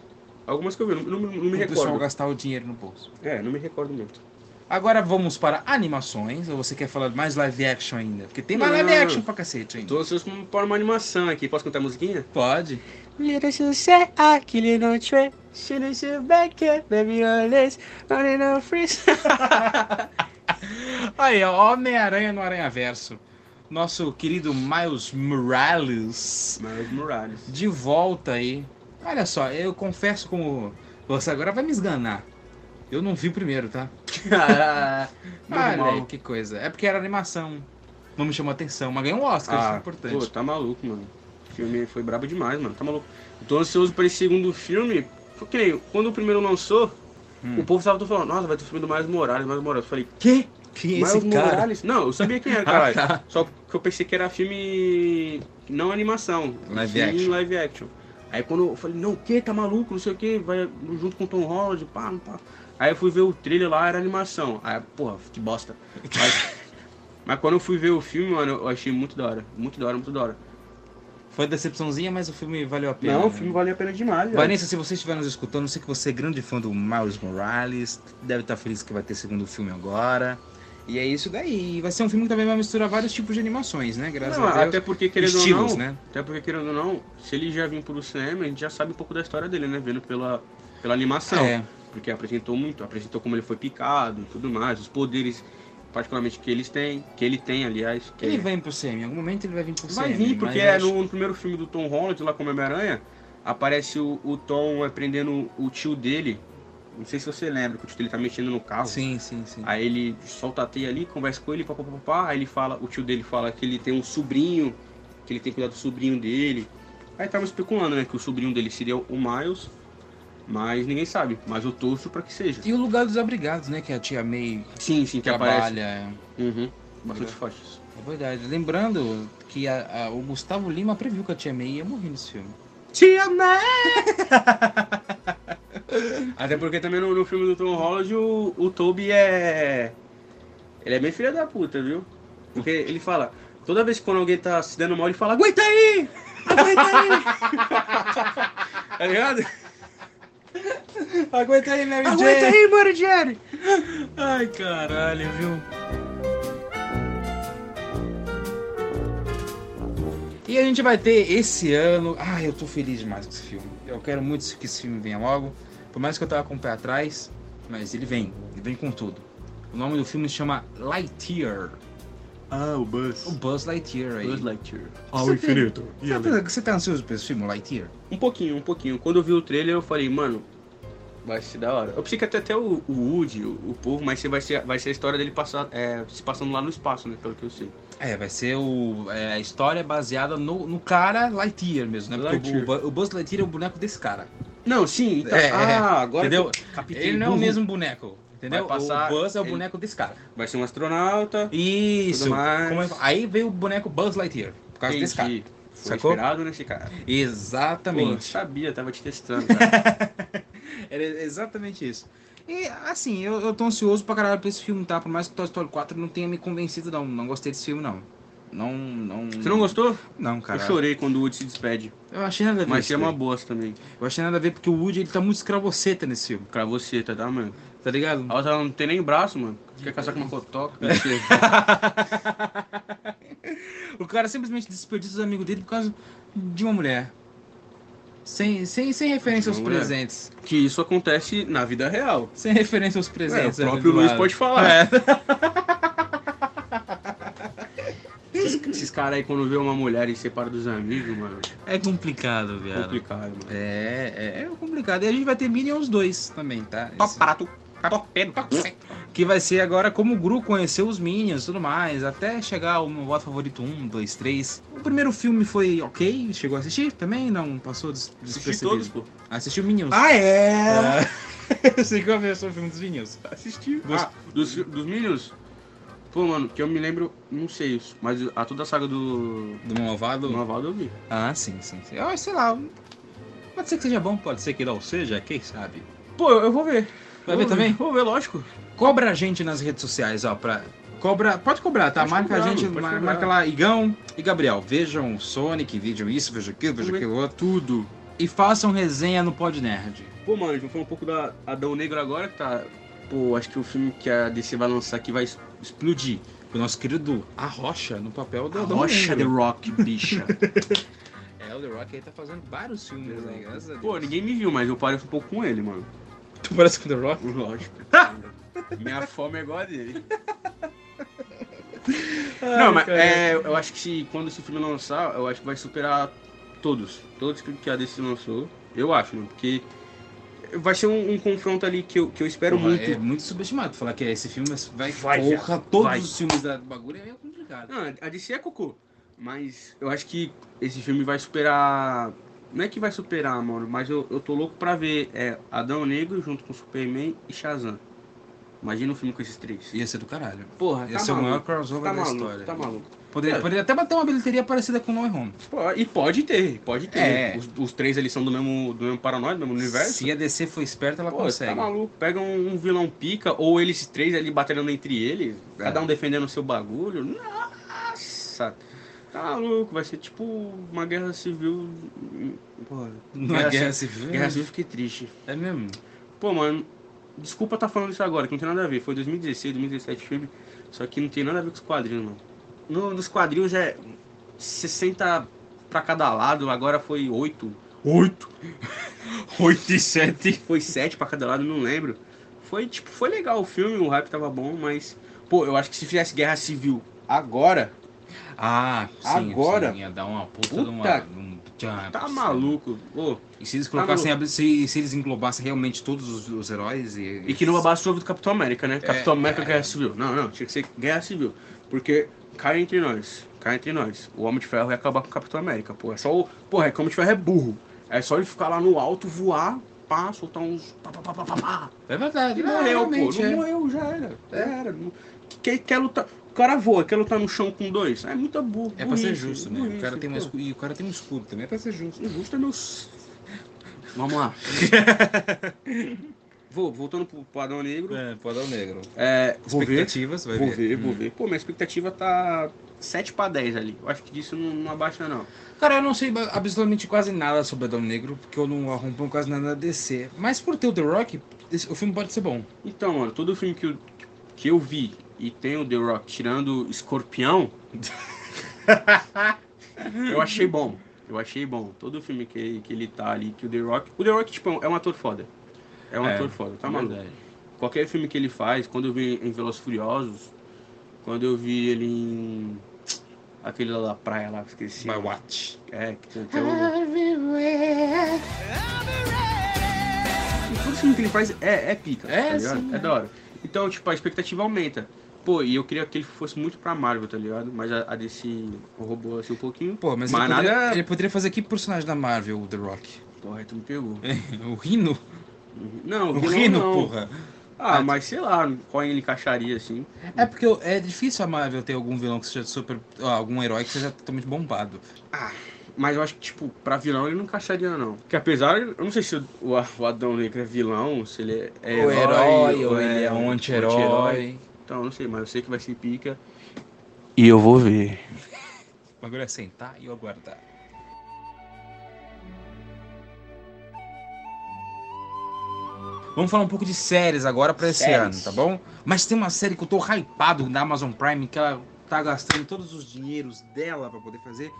B: Algumas que eu vi, não, não- não me
A: o pessoal
B: recordo.
A: gastar o dinheiro no bolso.
B: É, não me recordo muito.
A: Agora vamos para animações, ou você quer falar mais live action ainda? Porque tem mais
B: Não,
A: live
B: não, não.
A: action pra cacete ainda.
B: Tô ansioso para uma animação aqui. Posso cantar a musiquinha?
A: Pode.
C: Little Susie, I kill you no tree. Should I sit back here? Baby, all this, all in a freeze.
A: Aí, ó, Homem-Aranha no Aranha Verso. Nosso querido Miles Morales.
B: Miles Morales.
A: de volta aí. Olha só, eu confesso como você agora vai me esganar. Eu não vi o primeiro, tá?
B: Ah,
A: Olha aí,
B: Normal.
A: que coisa. É porque era animação. Não me chamou atenção, mas ganhou um Oscar, isso é importante.
B: Pô, tá maluco, mano. O filme foi brabo demais, mano. Tá maluco. Eu tô ansioso pra esse segundo filme. Porque nem quando o primeiro lançou,
A: Hum.
B: o povo tava todo falando, nossa, vai ter o filme do Miles Morales, Miles Morales. Eu falei,
A: Que? Quem é
B: Miles
A: esse cara?
B: Morales? Não, eu sabia quem era,
A: Ah,
B: caralho.
A: tá.
B: Só que eu pensei que era filme não animação.
A: Live
B: sim
A: action.
B: live action. Aí quando eu falei, não, o que? Tá maluco, não sei o que, vai junto com o Tom Holland, pá, não pá. Aí eu fui ver o trailer lá, era animação. Aí, porra, que bosta. Mas, mas quando eu fui ver o filme, mano, eu achei muito da hora. Muito da hora, muito da hora.
A: Foi decepçãozinha, mas o filme valeu a pena.
B: Não, o
A: né?
B: filme valeu a pena demais, velho.
A: Vanessa, se você estiver nos escutando, eu sei que você é grande fã do Miles Morales, deve estar feliz que vai ter segundo filme agora. E é isso daí. E Vai ser um filme que também vai misturar vários tipos de animações, né? Graças
B: Não,
A: a Deus.
B: até porque, querendo ou
A: Estilos,
B: não,
A: né?
B: até porque, querendo ou não, se ele já vir pro cinema, a gente já sabe um pouco da história dele, né? Vendo pela, pela animação.
A: É.
B: porque apresentou muito, apresentou como ele foi picado e tudo mais, os poderes particularmente que eles têm, que ele tem, aliás, que é
A: Ele vem pro CM, em algum momento ele vai vir pro CM.
B: vai vir, porque
A: mas
B: é
A: acho-
B: no, no primeiro filme do Tom Holland, lá como Homem-Aranha, aparece o, o Tom aprendendo o tio dele, não sei se você lembra, que o tio dele tá mexendo no carro,
A: Sim, sim, sim.
B: aí ele solta a teia ali, conversa com ele, papapá, aí ele fala, o tio dele fala que ele tem um sobrinho, que ele tem que cuidar do sobrinho dele, aí tava especulando, né, que o sobrinho dele seria o Miles, mas ninguém sabe, mas eu torço pra que seja.
A: E o lugar dos abrigados, né? Que a tia May
B: Sim, sim, que aparece.
A: trabalha.
B: Uhum. Bastante forte. isso.
A: É verdade. Lembrando que a- a- o Gustavo Lima previu que a tia May ia morrer nesse filme.
C: Tia May!
B: Até porque também no, no filme do Tom Holland o, o Toby é. Ele é bem filho da puta, viu? Porque ele fala. Toda vez que quando alguém tá se dando mal, ele fala, aguenta aí! Aguenta aí! tá ligado?
A: Aguenta aí, Mary
C: Aguenta aí, Mary Jerry!
A: Ai, caralho, viu? E a gente vai ter esse ano. Ai, eu tô feliz demais com esse filme. Eu quero muito que esse filme venha logo. Por mais que eu tava com o pé atrás, mas ele vem. Ele vem com tudo. O nome do filme se chama Lightyear.
B: Ah, o Buzz.
A: O Buzz Lightyear aí.
B: Buzz Lightyear.
A: Ao infinito. Você, tá ansioso pra esse filme, Lightyear?
B: Um pouquinho, um pouquinho. Quando eu vi o trailer, eu falei, mano, vai ser da hora. Eu pensei que até, até o, o Woody, o, o povo, mas vai ser, vai ser a história dele passar, é, se passando lá no espaço, né? Pelo que eu sei.
A: É, vai ser o, é, a história baseada no, no cara Lightyear mesmo, né? Porque o,
B: Lightyear.
A: Bu- o Buzz Lightyear é o boneco desse cara.
B: Não, sim, então.
A: É, é,
B: ah, agora.
A: entendeu?
B: Capitão
A: Ele não é o
B: Burro.
A: mesmo boneco, entendeu?
B: Vai passar-
A: o Buzz é o
B: ele-
A: boneco desse cara.
B: Vai ser um astronauta.
A: Isso.
B: Tudo mais.
A: Como é- aí veio o boneco Buzz Lightyear, por causa desse cara.
B: Entendi. Foi
A: Sacou?
B: inspirado nesse cara. Pô,
A: Exatamente.
B: sabia, tava te testando. cara.
A: Era exatamente isso. E, assim, eu, eu tô ansioso pra caralho pra esse filme, tá? Por mais que Toy Story 4 não tenha me convencido, não. Não gostei desse filme, não. Não, não...
B: Você não gostou?
A: Não, cara.
B: Eu chorei quando o Woody se despede.
A: Eu achei nada a ver.
B: Mas você é
A: isso
B: uma
A: daí.
B: bosta também.
A: Eu achei nada a ver porque o Woody ele tá muito escravoceta nesse filme,
B: Pra você, tá, tá, mano?
A: tá ligado?
B: A outra não tem nem braço, mano. Quer casar com uma cotoca? É.
A: O cara simplesmente desperdiça os amigos dele por causa de uma mulher. Sem, sem, sem referência
B: De
A: aos
B: uma mulher.
A: presentes.
B: que isso acontece na vida real.
A: Sem referência aos
B: É, o
A: presentes.
B: próprio Luiz pode falar.
A: É.
B: Esses caras aí, quando vê uma mulher e separa dos amigos, mano,
A: É complicado, viado.
B: complicado, mano.
A: É, é, é complicado. E a gente vai ter Minions 2 também, tá? Esse- Tá
B: Toparato, topendo,
A: Que vai ser agora como o Gru conheceu os Minions e tudo mais, até chegar ao meu voto favorito 1, 2, 3. O primeiro filme foi ok, chegou a assistir também, não passou des
B: Assisti
A: despercebido.
B: todos, pô.
A: Assistiu Minions.
C: Ah, é?
A: É. Eu sei que eu vi só o filme dos Minions.
B: Assisti. Ah, dos, dos Minions? Pô, mano, que eu me lembro, não sei isso, mas a toda a saga do.
A: Do Malvado?
B: do Malvado eu vi.
A: Ah, sim, sim. sim. Ah, sei lá. Pode ser que seja bom, pode ser que não seja, quem sabe.
B: Pô, eu vou ver.
A: Vai ver também?
B: Vou ver, lógico.
A: Cobra a gente nas redes sociais, ó, pra... Cobra, pode cobrar, tá?
B: Pode
A: marca
B: cobrar,
A: a gente,
B: mano, pode
A: mar-
B: cobrar.
A: marca lá, Igão e Gabriel. Vejam Sonic, vejam isso, vejam aquilo, vejam
B: Vamos ver.
A: aquilo outro.
B: Tudo.
A: E façam resenha no Pod Nerd.
B: Pô, mano, a gente falou um pouco da Adão Negro agora, que tá. Pô, acho que o filme que a DC vai lançar aqui vai es- explodir.
A: O nosso querido A Rocha no papel do
B: A
A: Adão
B: Rocha The
A: Negro.
B: Rock, bicha.
A: É, o The Rock aí tá fazendo vários filmes, né? Graças a Deus.
B: Pô, ninguém me viu, mas eu pareço um pouco com ele, mano.
A: Tu parece com o The Rock?
B: Lógico. Minha fome é igual a dele.
A: Ai,
B: Não, mas
A: cara.
B: é, eu acho que se- quando esse filme lançar, eu acho que vai superar todos. Todos que- que a DC lançou. Eu acho, mano. Porque vai ser um, um confronto ali que eu, que eu espero
A: Porra,
B: muito.
A: É muito subestimado falar que esse filme vai.
B: Vai,
A: porra,
B: viado,
A: todos
B: vai.
A: os filmes da do bagulho é meio complicado.
B: Não, a DC é cocô. Mas eu acho que esse filme vai superar. Não é que vai superar, mano, mas eu, eu tô louco pra ver é, Adão Negro junto com Superman e Shazam. Imagina um filme com esses três.
A: Ia ser do caralho.
B: Porra,
A: Ia
B: tá
A: ser o maior
B: maluco.
A: crossover
B: Tá
A: da
B: maluco,
A: história.
B: tá maluco.
A: Poderia,
B: É.
A: poderia até bater uma bilheteria parecida com No Way Home.
B: Pô, E pode ter, pode ter.
A: É.
B: Os, os três eles são do mesmo, do mesmo paranoia, do mesmo universo.
A: Se a DC for esperta, ela
B: Pô,
A: consegue.
B: tá maluco. Pega um, um vilão pica, ou eles três ali batalhando entre eles,
A: É.
B: cada um defendendo o seu bagulho. Nossa! Tá maluco, vai ser tipo uma guerra civil. Pô,
A: Não é
B: Guerra
A: guerra civil.
B: guerra civil eu fiquei triste.
A: É mesmo.
B: Pô, mano, desculpa tá falando isso agora, que não tem nada a ver. Foi 2016, 2017 filme, só que não tem nada a ver com os quadrinhos, mano. No, nos quadrinhos é 60 pra cada lado, agora foi 8. 8? 8 e 7. Foi 7 pra cada lado, não lembro. Foi, tipo, foi legal o filme, o hype tava bom, mas... Pô, eu acho que se fizesse Guerra Civil agora,
A: Ah, sim.
B: Agora?
A: sim, ia dar uma puta,
B: Puta
A: de uma. de um- tchan,
B: tá
A: sim.
B: maluco. Tá Ô,
A: E se eles colocassem. a- se, se eles englobassem realmente todos os, os heróis e.
B: E que não abaixo o ovo do Capitão América, né? Capitão América Guerra Civil. Não, não, tinha que ser Guerra Civil. Porque cai entre nós, cai entre nós. O Homem de Ferro ia acabar com o Capitão América, pô. É só o. Porra, é que o Homem de Ferro é burro. É só ele ficar lá no alto, voar, pá, soltar uns. Pá, pá, pá, pá, pá, pá.
A: É verdade.
B: E
A: não,
B: morreu, pô.
A: realmente,
B: Não
A: é.
B: morreu, já era. Já era. Não- Quem quer lutar. O cara voa, quer lutar no chão com dois. É muita burra.
A: É pra ser justo, né? O cara, tem um
B: umas
A: escudo, e o cara tem um escudo também, é pra ser justo.
B: Injusto é meus. Vamos lá. Vou, voltando pro padrão negro.
A: É, pode dar o negro.
B: É, vou ver.
A: Expectativas, vai Hum.
B: Vou
A: ver.
B: ver, vou ver. Pô, minha expectativa tá 7 pra 10 ali. Eu acho que disso não, não abaixa, não.
A: Cara, eu não sei ba- absolutamente quase nada sobre Adão Negro, porque eu não arrompo quase nada da DC. Mas por ter o The Rock, esse- o filme pode ser bom.
B: Então, mano, todo filme que eu, que eu vi e tem o The Rock tirando Escorpião, eu achei bom. Eu achei bom. Todo filme que, que ele tá ali, que o The Rock. O The Rock, tipo, é um ator foda. É um
A: É,
B: ator foda, tá maluco? Qualquer filme que ele faz, quando eu vi em Velozes e Furiosos, quando eu vi ele em. Aquele lá da praia lá, que eu esqueci.
A: My Watch.
B: É, que tem até o. E todo filme que ele faz é, é pica.
A: É,
B: tá ligado?
A: sim,
B: é
A: é.
B: da hora. Então, tipo, a expectativa aumenta. Pô, e eu queria que ele fosse muito pra Marvel, tá ligado? Mas a, a desse roubou assim um pouquinho.
A: Pô, mas, é-
B: Mas
A: ele, poderia,
B: nada- é-
A: ele poderia fazer que personagem da Marvel, o The Rock?
B: Porra, tu me pegou.
A: O Rino?
B: Não,
A: É. O
B: vilão
A: Rino,
B: não.
A: porra.
B: Ah, mas sei lá, qual ele encaixaria assim.
A: É porque eu- é difícil a Marvel ter algum vilão que seja super. ó, algum herói que seja totalmente bombado.
B: Mas eu acho que, tipo, pra vilão ele não encaixaria, não. Porque apesar, eu não sei se o, o Adão Negro é vilão, se ele é é
A: ou
B: herói,
A: ou ele é um anti-herói.
B: Então, eu não sei, mas eu sei que vai ser pica. E eu vou ver.
A: O bagulho é sentar e eu aguardar. Vamos falar um pouco de séries agora pra esse
B: Séries.
A: ano, tá bom? Mas tem uma série que eu tô hypado na Amazon Prime, que ela tá gastando todos os dinheiros dela pra poder fazer.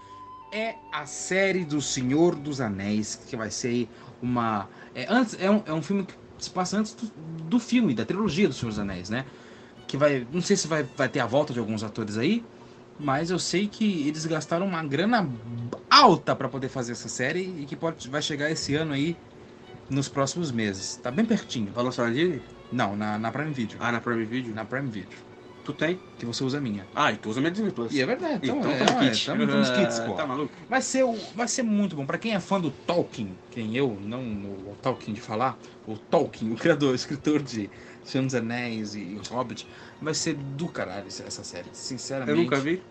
A: É a série do Senhor dos Anéis, que vai ser uma. É, antes, é, um, é um filme que se passa antes do, do filme, da trilogia do Senhor dos Anéis, né? Que vai. Não sei se vai, vai ter a volta de alguns atores aí, Mas eu sei que eles gastaram uma grana alta pra poder fazer essa série e que pode, vai chegar esse ano aí nos próximos meses. Tá bem pertinho.
B: Vai lançar na Disney?
A: Não, na, na Prime Video.
B: Ah, na Prime Video?
A: Na Prime Video.
B: Tu tem?
A: Que você usa a minha.
B: Ah, e tu usa minha Disney Plus.
A: E é verdade. Então,
B: Então
A: é,
B: tamo
A: é,
B: kit.
A: tamo- tamo nos kits,
B: Ah,
A: pô.
B: Tá maluco?
A: Vai ser, o- vai ser muito bom. Pra quem é fã do Tolkien, quem eu, não o Tolkien de falar, o Tolkien, o criador, o escritor de Senhor dos Anéis e Os Hobbit, vai ser do caralho essa essa série. Sinceramente.
B: Eu nunca vi.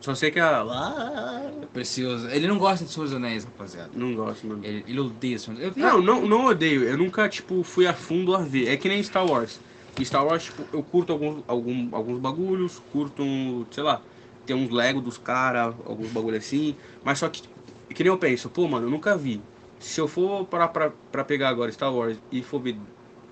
B: Só sei que a. lá-
A: Precioso. Ele não gosta de Senhor dos Anéis, rapaziada.
B: Não gosto, mano.
A: Ele, ele odeia Senhor dos Anéis. Eu-
B: Não, não, não odeio. Eu nunca, tipo, fui a fundo a ver. É que nem Star Wars. Em Star Wars, tipo, eu curto alguns, algum, alguns bagulhos, curto, um, sei lá, tem uns Lego dos caras, alguns bagulhos assim. Mas só que, que nem eu penso, pô, mano, eu nunca vi. Se eu for parar pra, pra pegar agora Star Wars e for ver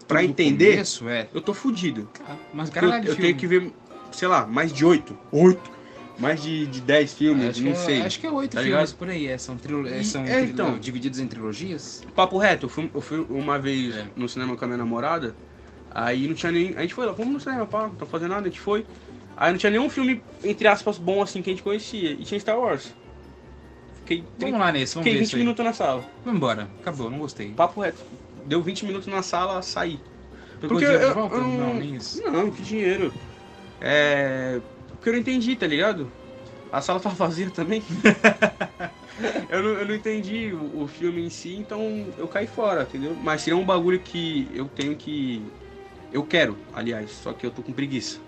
B: pra
A: do
B: entender,
A: Começo, é.
B: eu tô fudido.
A: Cara, Mas
B: Eu,
A: caralho,
B: eu tenho que ver, sei lá, mais de oito. Oito? Mais de, de dez filmes,
A: Acho
B: não
A: que, é-
B: sei.
A: Acho que é oito
B: Tá
A: filmes
B: ligado?
A: por aí. É, são trilo... é,
B: E-
A: são
B: é,
A: trilo-
B: então.
A: divididos em trilogias.
B: Papo reto, eu fui, eu fui uma vez
A: É.
B: no cinema com a minha namorada, aí não tinha nem. A gente foi lá, vamos no cinema, pá, não tá fazendo nada, a gente foi. Aí não tinha nenhum filme, entre aspas, bom assim que a gente conhecia. E tinha Star Wars. Fiquei,
A: Vamos lá nesse, vamos
B: fiquei
A: ver isso
B: 20
A: aí.
B: minutos na sala.
A: Vamos embora. Acabou, não gostei.
B: Papo reto. Deu 20 minutos na sala, saí.
A: Pegou
B: Porque
A: dinheiro de
B: eu-
A: volta?
B: eu
A: não,
B: não-
A: nem isso.
B: Não, que dinheiro. É. Porque eu não entendi, tá ligado? A sala tava vazia também. eu, não, eu não entendi o, o filme em si, então eu caí fora, entendeu? Mas seria um bagulho que eu tenho que. Eu quero, aliás, só que eu tô com preguiça.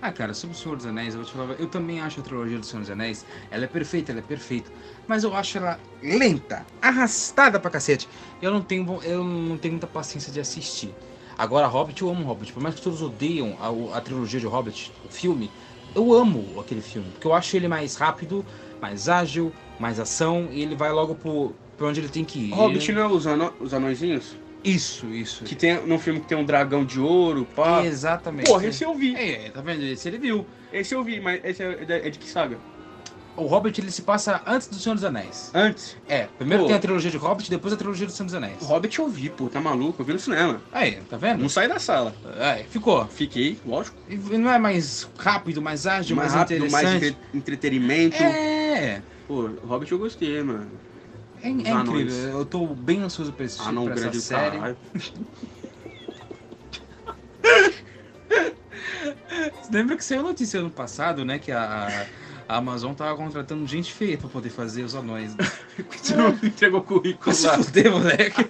A: Ah, cara, sobre o Senhor dos Anéis, eu vou te falar, eu também acho a trilogia do Senhor dos Anéis, ela é perfeita, ela é perfeita, mas eu acho ela lenta, arrastada pra cacete. Eu não tenho, vo- eu não tenho muita paciência de assistir. Agora, Hobbit, eu amo Hobbit, por mais que todos odeiam a, o- a trilogia de Hobbit, o filme, eu amo aquele filme, porque eu acho ele mais rápido, mais ágil, mais ação, e ele vai logo pro, pra onde ele tem que ir.
B: Hobbit não é os, ano, os anõezinhos?
A: Isso, isso.
B: Que tem num filme que tem um dragão de ouro, pá.
A: Exatamente.
B: Porra, esse eu vi.
A: É, é, tá vendo? Esse ele viu.
B: Esse eu vi, mas esse é, é de que saga?
A: O Hobbit, ele se passa antes do Senhor dos Anéis.
B: Antes.
A: É, primeiro
B: Pô.
A: tem a trilogia de Hobbit, depois a trilogia do Senhor dos Anéis.
B: Hobbit eu vi, pô, tá maluco? Eu vi no cinema.
A: Aí, tá
B: Não
A: vendo?
B: saí da sala.
A: Aí, ficou.
B: Fiquei, lógico.
A: E Não é mais rápido, mais ágil, mais,
B: mais rápido, mais
A: interessante.
B: entre- entretenimento.
A: É, é,
B: Pô, Hobbit eu gostei, mano.
A: é
B: Os
A: incrível.
B: anões.
A: Eu tô bem ansioso pra assistir
B: Ah, não,
A: pra essa
B: grande do
A: série.
B: caralho.
A: Você Lembra que saiu notícia ano passado, né? Que a, a Amazon tava contratando gente feia pra poder fazer os anões.
B: Você não entregou o currículo
A: Se
B: lá.
A: fuder, moleque.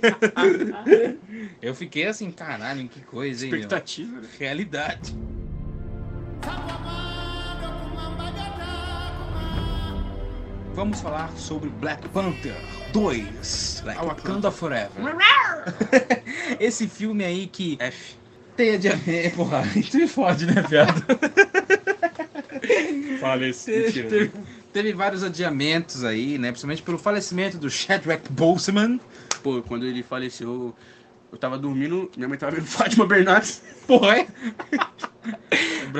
A: Eu fiquei assim, caralho, que coisa, hein? meu?
B: Expectativa, né?
A: Realidade. Vamos falar sobre Black Panther 2,
B: Black
A: A Wakanda Forever. Esse filme aí que
B: F.
A: teia de aranha, porra, aí tu me fode, né, viado?
B: Falece.
A: teve, teve vários adiamentos aí, né, principalmente pelo falecimento do Chadwick Boseman.
B: Pô, quando ele faleceu, eu tava dormindo, minha mãe tava vendo Fátima Bernardes.
A: Porra, é?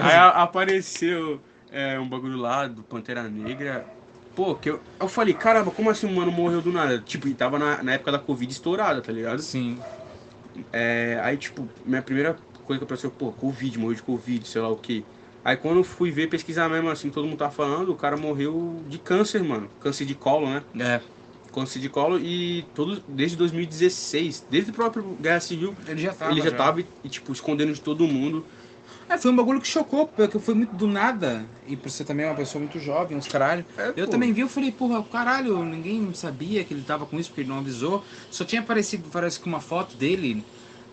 B: Aí a- apareceu é, um bagulho lá do Pantera Negra. Pô, que eu, eu falei, caramba, como assim o mano morreu do nada? Tipo, e tava na, na época da Covid estourada, tá ligado?
A: Sim,
B: É, aí, tipo, minha primeira coisa que eu pensei, pô, Covid, morreu de Covid, sei lá o quê. Aí quando eu fui ver, pesquisar mesmo assim, todo mundo tá falando, o cara morreu de câncer, mano. Câncer de colo, né?
A: é.
B: Câncer de colo e todo, desde 2016, desde o próprio Guerra Civil,
A: Ele já tava. né?
B: ele já, tava, e, tipo, escondendo de todo mundo.
A: É, foi um bagulho que chocou, porque foi muito do nada. E por você também é uma pessoa muito jovem, uns caralho. Eu também vi, eu falei, porra, caralho, ninguém sabia que ele tava com isso, porque ele não avisou. Só tinha aparecido, parece que uma foto dele,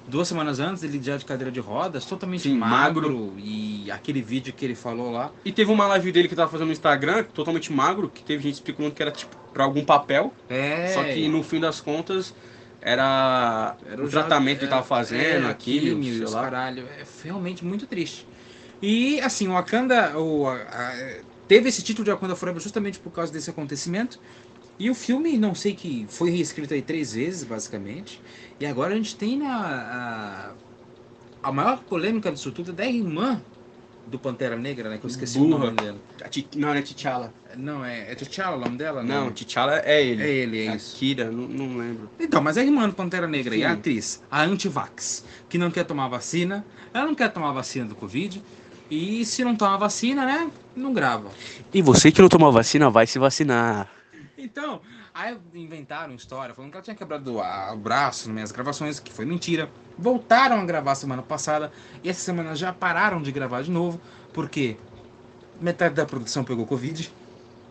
A: duas semanas antes, ele já de cadeira de rodas, totalmente
B: Sim,
A: magro, E aquele vídeo que ele falou lá.
B: E teve uma live dele que tava fazendo no Instagram, totalmente magro, que teve gente especulando que era, tipo, pra algum papel.
A: É.
B: Só que no fim das contas, era,
A: Era
B: o
A: já-
B: tratamento que ele tava
A: é,
B: fazendo,
A: é,
B: a químio,
A: químio,
B: sei
A: os
B: lá.
A: Caralho, é realmente muito triste. E assim, o Wakanda o, a- a- teve esse título de Wakanda Forever justamente por causa desse acontecimento. E o filme, não sei que foi reescrito aí três vezes, basicamente. E agora a gente tem na, a, a maior polêmica disso tudo é da irmã do Pantera Negra, né? Que eu esqueci o
B: Burra.
A: nome dela.
B: A Ti- Não, não é T'Challa.
A: Não, é, é T'Challa o nome dela?
B: Não, T'Challa é ele.
A: é ele, é isso.
B: Akira, não, não lembro.
A: Então, mas a irmã do Pantera Negra e a
B: Sim.
A: atriz, a anti-vax, que não quer tomar vacina, ela não quer tomar vacina do Covid, E se não tomar vacina, né? Não grava.
B: E você que não tomou vacina, vai se vacinar.
A: Então, aí inventaram história, falando que ela tinha quebrado a- o braço nas minhas gravações, que foi mentira. Voltaram a gravar semana passada e essa semana já pararam de gravar de novo, porque metade da produção pegou Covid.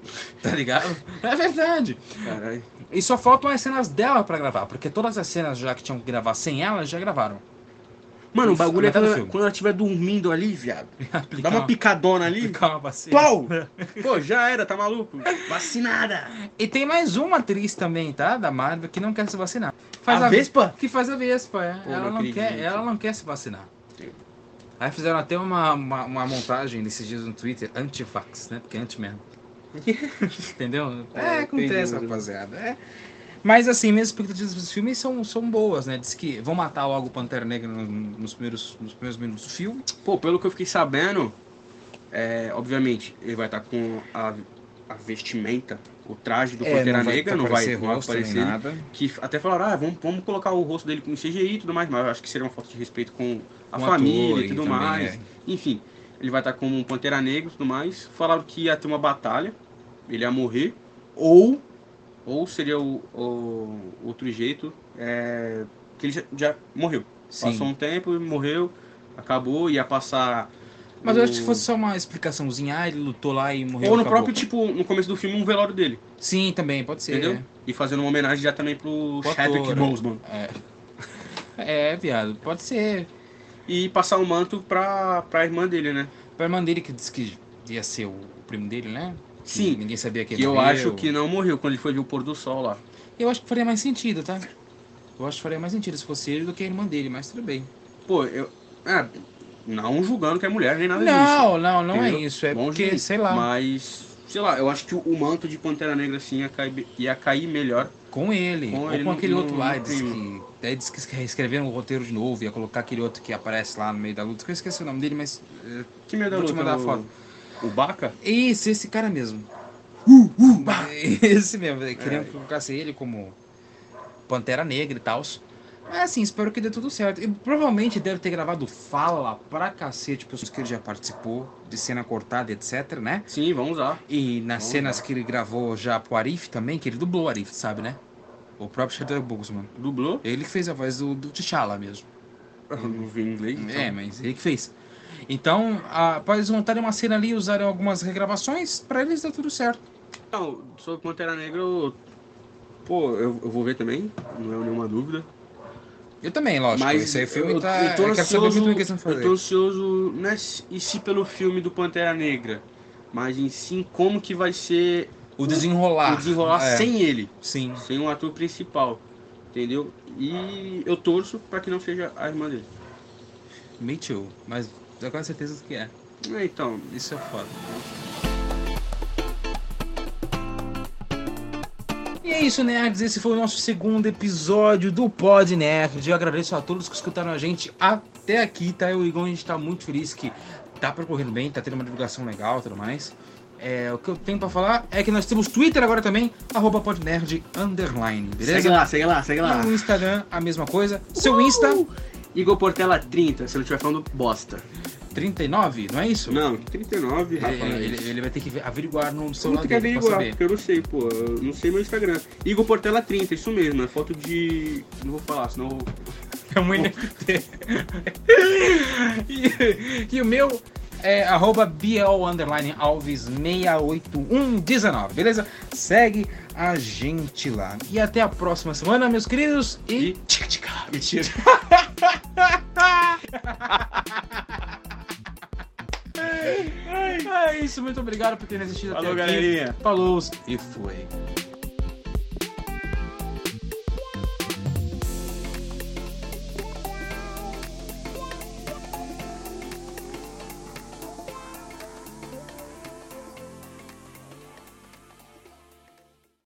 A: Tá ligado? É verdade.
B: Caralho.
A: E só faltam as cenas dela pra gravar, porque todas as cenas já que tinham que gravar sem ela já gravaram.
B: Mano, o bagulho
A: Como é
B: é
A: que tá no
B: quando,
A: filme?
B: quando ela estiver dormindo ali, viado. Dá
A: Aplicar
B: uma picadona ali.
A: aplicar uma vacina.
B: Pau! Pô, já era, tá maluco? Vacinada!
A: E tem mais uma atriz também, tá? Da Marvel que não quer se vacinar.
B: Faz a, Vespa?
A: Que faz a Vespa, é.
B: Pô,
A: ela,
B: não
A: não quer,
B: acredito.
A: ela não quer se vacinar.
B: Sim.
A: Aí fizeram até uma, uma, uma montagem nesses dias no Twitter, anti-vax, né? Porque é anti-merda. Entendeu? É,
B: É,
A: acontece,
B: entendi.
A: rapaziada. É. Mas assim, minhas expectativas dos filmes são, são boas, né? Diz que vão matar logo o Pantera Negra no- nos primeiros, nos primeiros minutos do filme.
B: Pô, pelo que eu fiquei sabendo, é, obviamente, ele vai estar com a, a vestimenta, o traje do
A: É,
B: Pantera Negra, É, não vai, tá não vai aparecer. ele.
A: nada.
B: Que até falaram, ah, vamos, vamos colocar o rosto dele com CGI e tudo mais, mas eu acho que seria uma falta de respeito com a
A: Com o
B: família
A: Um ator
B: e tudo
A: também,
B: mais.
A: é.
B: Enfim, ele vai estar como um Pantera Negra e tudo mais. Falaram que ia ter uma batalha, ele ia morrer, ou, ou seria o, o- outro jeito, é, que ele já, já morreu.
A: Sim.
B: Passou um tempo, morreu, acabou, ia passar.
A: Mas eu acho que
B: o-
A: se fosse só uma explicaçãozinha, ah, ele lutou lá e morreu.
B: Ou no
A: acabou.
B: próprio, tipo, no começo do filme, um velório dele.
A: Sim, é. também, pode ser.
B: Entendeu? E fazendo uma homenagem já também pro
A: Pro ator,
B: Chadwick
A: né?
B: Boseman.
A: É, viado, pode ser.
B: E passar o manto pra, pra irmã dele, né?
A: Pra irmã dele que disse que ia ser o primo dele, né? Que
B: Sim,
A: Ninguém sabia que
B: Que
A: ele
B: eu
A: morreu.
B: acho que não morreu quando ele foi ver o pôr do sol lá.
A: Eu acho que faria mais sentido, tá? Eu acho que faria mais sentido se fosse ele do que a irmã dele, mas tudo bem.
B: Pô, eu. É, não julgando que é mulher nem nada disso.
A: Não, não, não é
B: Entendeu?
A: isso. É
B: Longe
A: porque,
B: disso.
A: sei lá,
B: Mas, sei lá, eu acho que o manto de Pantera Negra assim ia cair, ia cair melhor.
A: com ele,
B: Com
A: ou
B: ele
A: com
B: não-
A: aquele
B: não- é
A: outro lá,
B: não
A: diz
B: tem.
A: que. Daí diz que reescreveram o roteiro de novo, ia colocar aquele outro que aparece lá no meio da luta. que Eu esqueci o nome dele, mas. eh,
B: Que medo
A: Vou te mandar a
B: o-
A: foto.
B: O Baca?
A: Esse, esse cara mesmo. Esse mesmo, é, queriam que colocasse ele como Pantera Negra e tal. Mas assim, espero que dê tudo certo. E provavelmente deve ter gravado fala pra cacete pros que ele já participou, de cena cortada, etc, né?
B: Sim, vamos lá.
A: E nas
B: Bom,
A: cenas que ele gravou já pro Arif também, que ele dublou o Arif, sabe, né? O próprio Shadow Boseman.
B: Dublou?
A: Ele que fez a voz do, do T'Challa mesmo.
B: Eu não vi em inglês. então.
A: É, mas ele que fez. Então, a, pra eles montarem uma cena ali e usarem algumas regravações, pra eles dá tudo certo.
B: Não, sobre Pantera Negra, eu- pô, eu, eu vou ver também, não é nenhuma dúvida.
A: Eu também, lógico.
B: Mas
A: esse aí filme
B: eu,
A: tá.
B: eu tô
A: eu quero saber
B: ansioso,
A: muito bem o que eles vão fazer.
B: eu tô ansioso, né, e se pelo filme do Pantera Negra, mas em sim como que vai ser
A: O desenrolar.
B: o desenrolar
A: É,
B: sem ele,
A: Sim.
B: sem o ator principal, entendeu? E eu torço pra que não seja a irmã dele.
A: Me too. Mas eu tenho certeza que é.
B: É, Então,
A: Isso é foda. E é isso, nerds. Esse foi o nosso segundo episódio do Pod Nerd. Eu agradeço a todos que escutaram a gente até aqui, tá? Eu e o Igor, a gente tá muito feliz que tá percorrendo bem, tá tendo uma divulgação legal e tudo mais. É, o que eu tenho pra falar é que nós temos Twitter agora também, arroba podnerd, underline, beleza?
B: lá, segue lá, segue
A: No Instagram, a mesma coisa. Seu Insta,
B: Igor Portela 30, se eu não estiver falando bosta.
A: 39, não é isso?
B: Não, é 39, rapaz.
A: Ele, É, ele- ele vai ter que averiguar no
B: Eu
A: celular
B: não
A: dele
B: quero
A: pra
B: averiguar,
A: saber.
B: porque eu não sei, pô. Eu não sei meu Instagram. Igor Portela 30, isso mesmo. É foto de. Não vou falar, senão. eu vou-
A: É um NFT. e, e o meu é arroba BL underline Alves 68119, beleza? Segue a gente lá. E até a próxima semana, meus queridos. E.
B: E- Mentira.
A: É isso, muito obrigado por terem assistido
B: Falou,
A: É até aqui.
B: galerinha.
A: Falou e foi.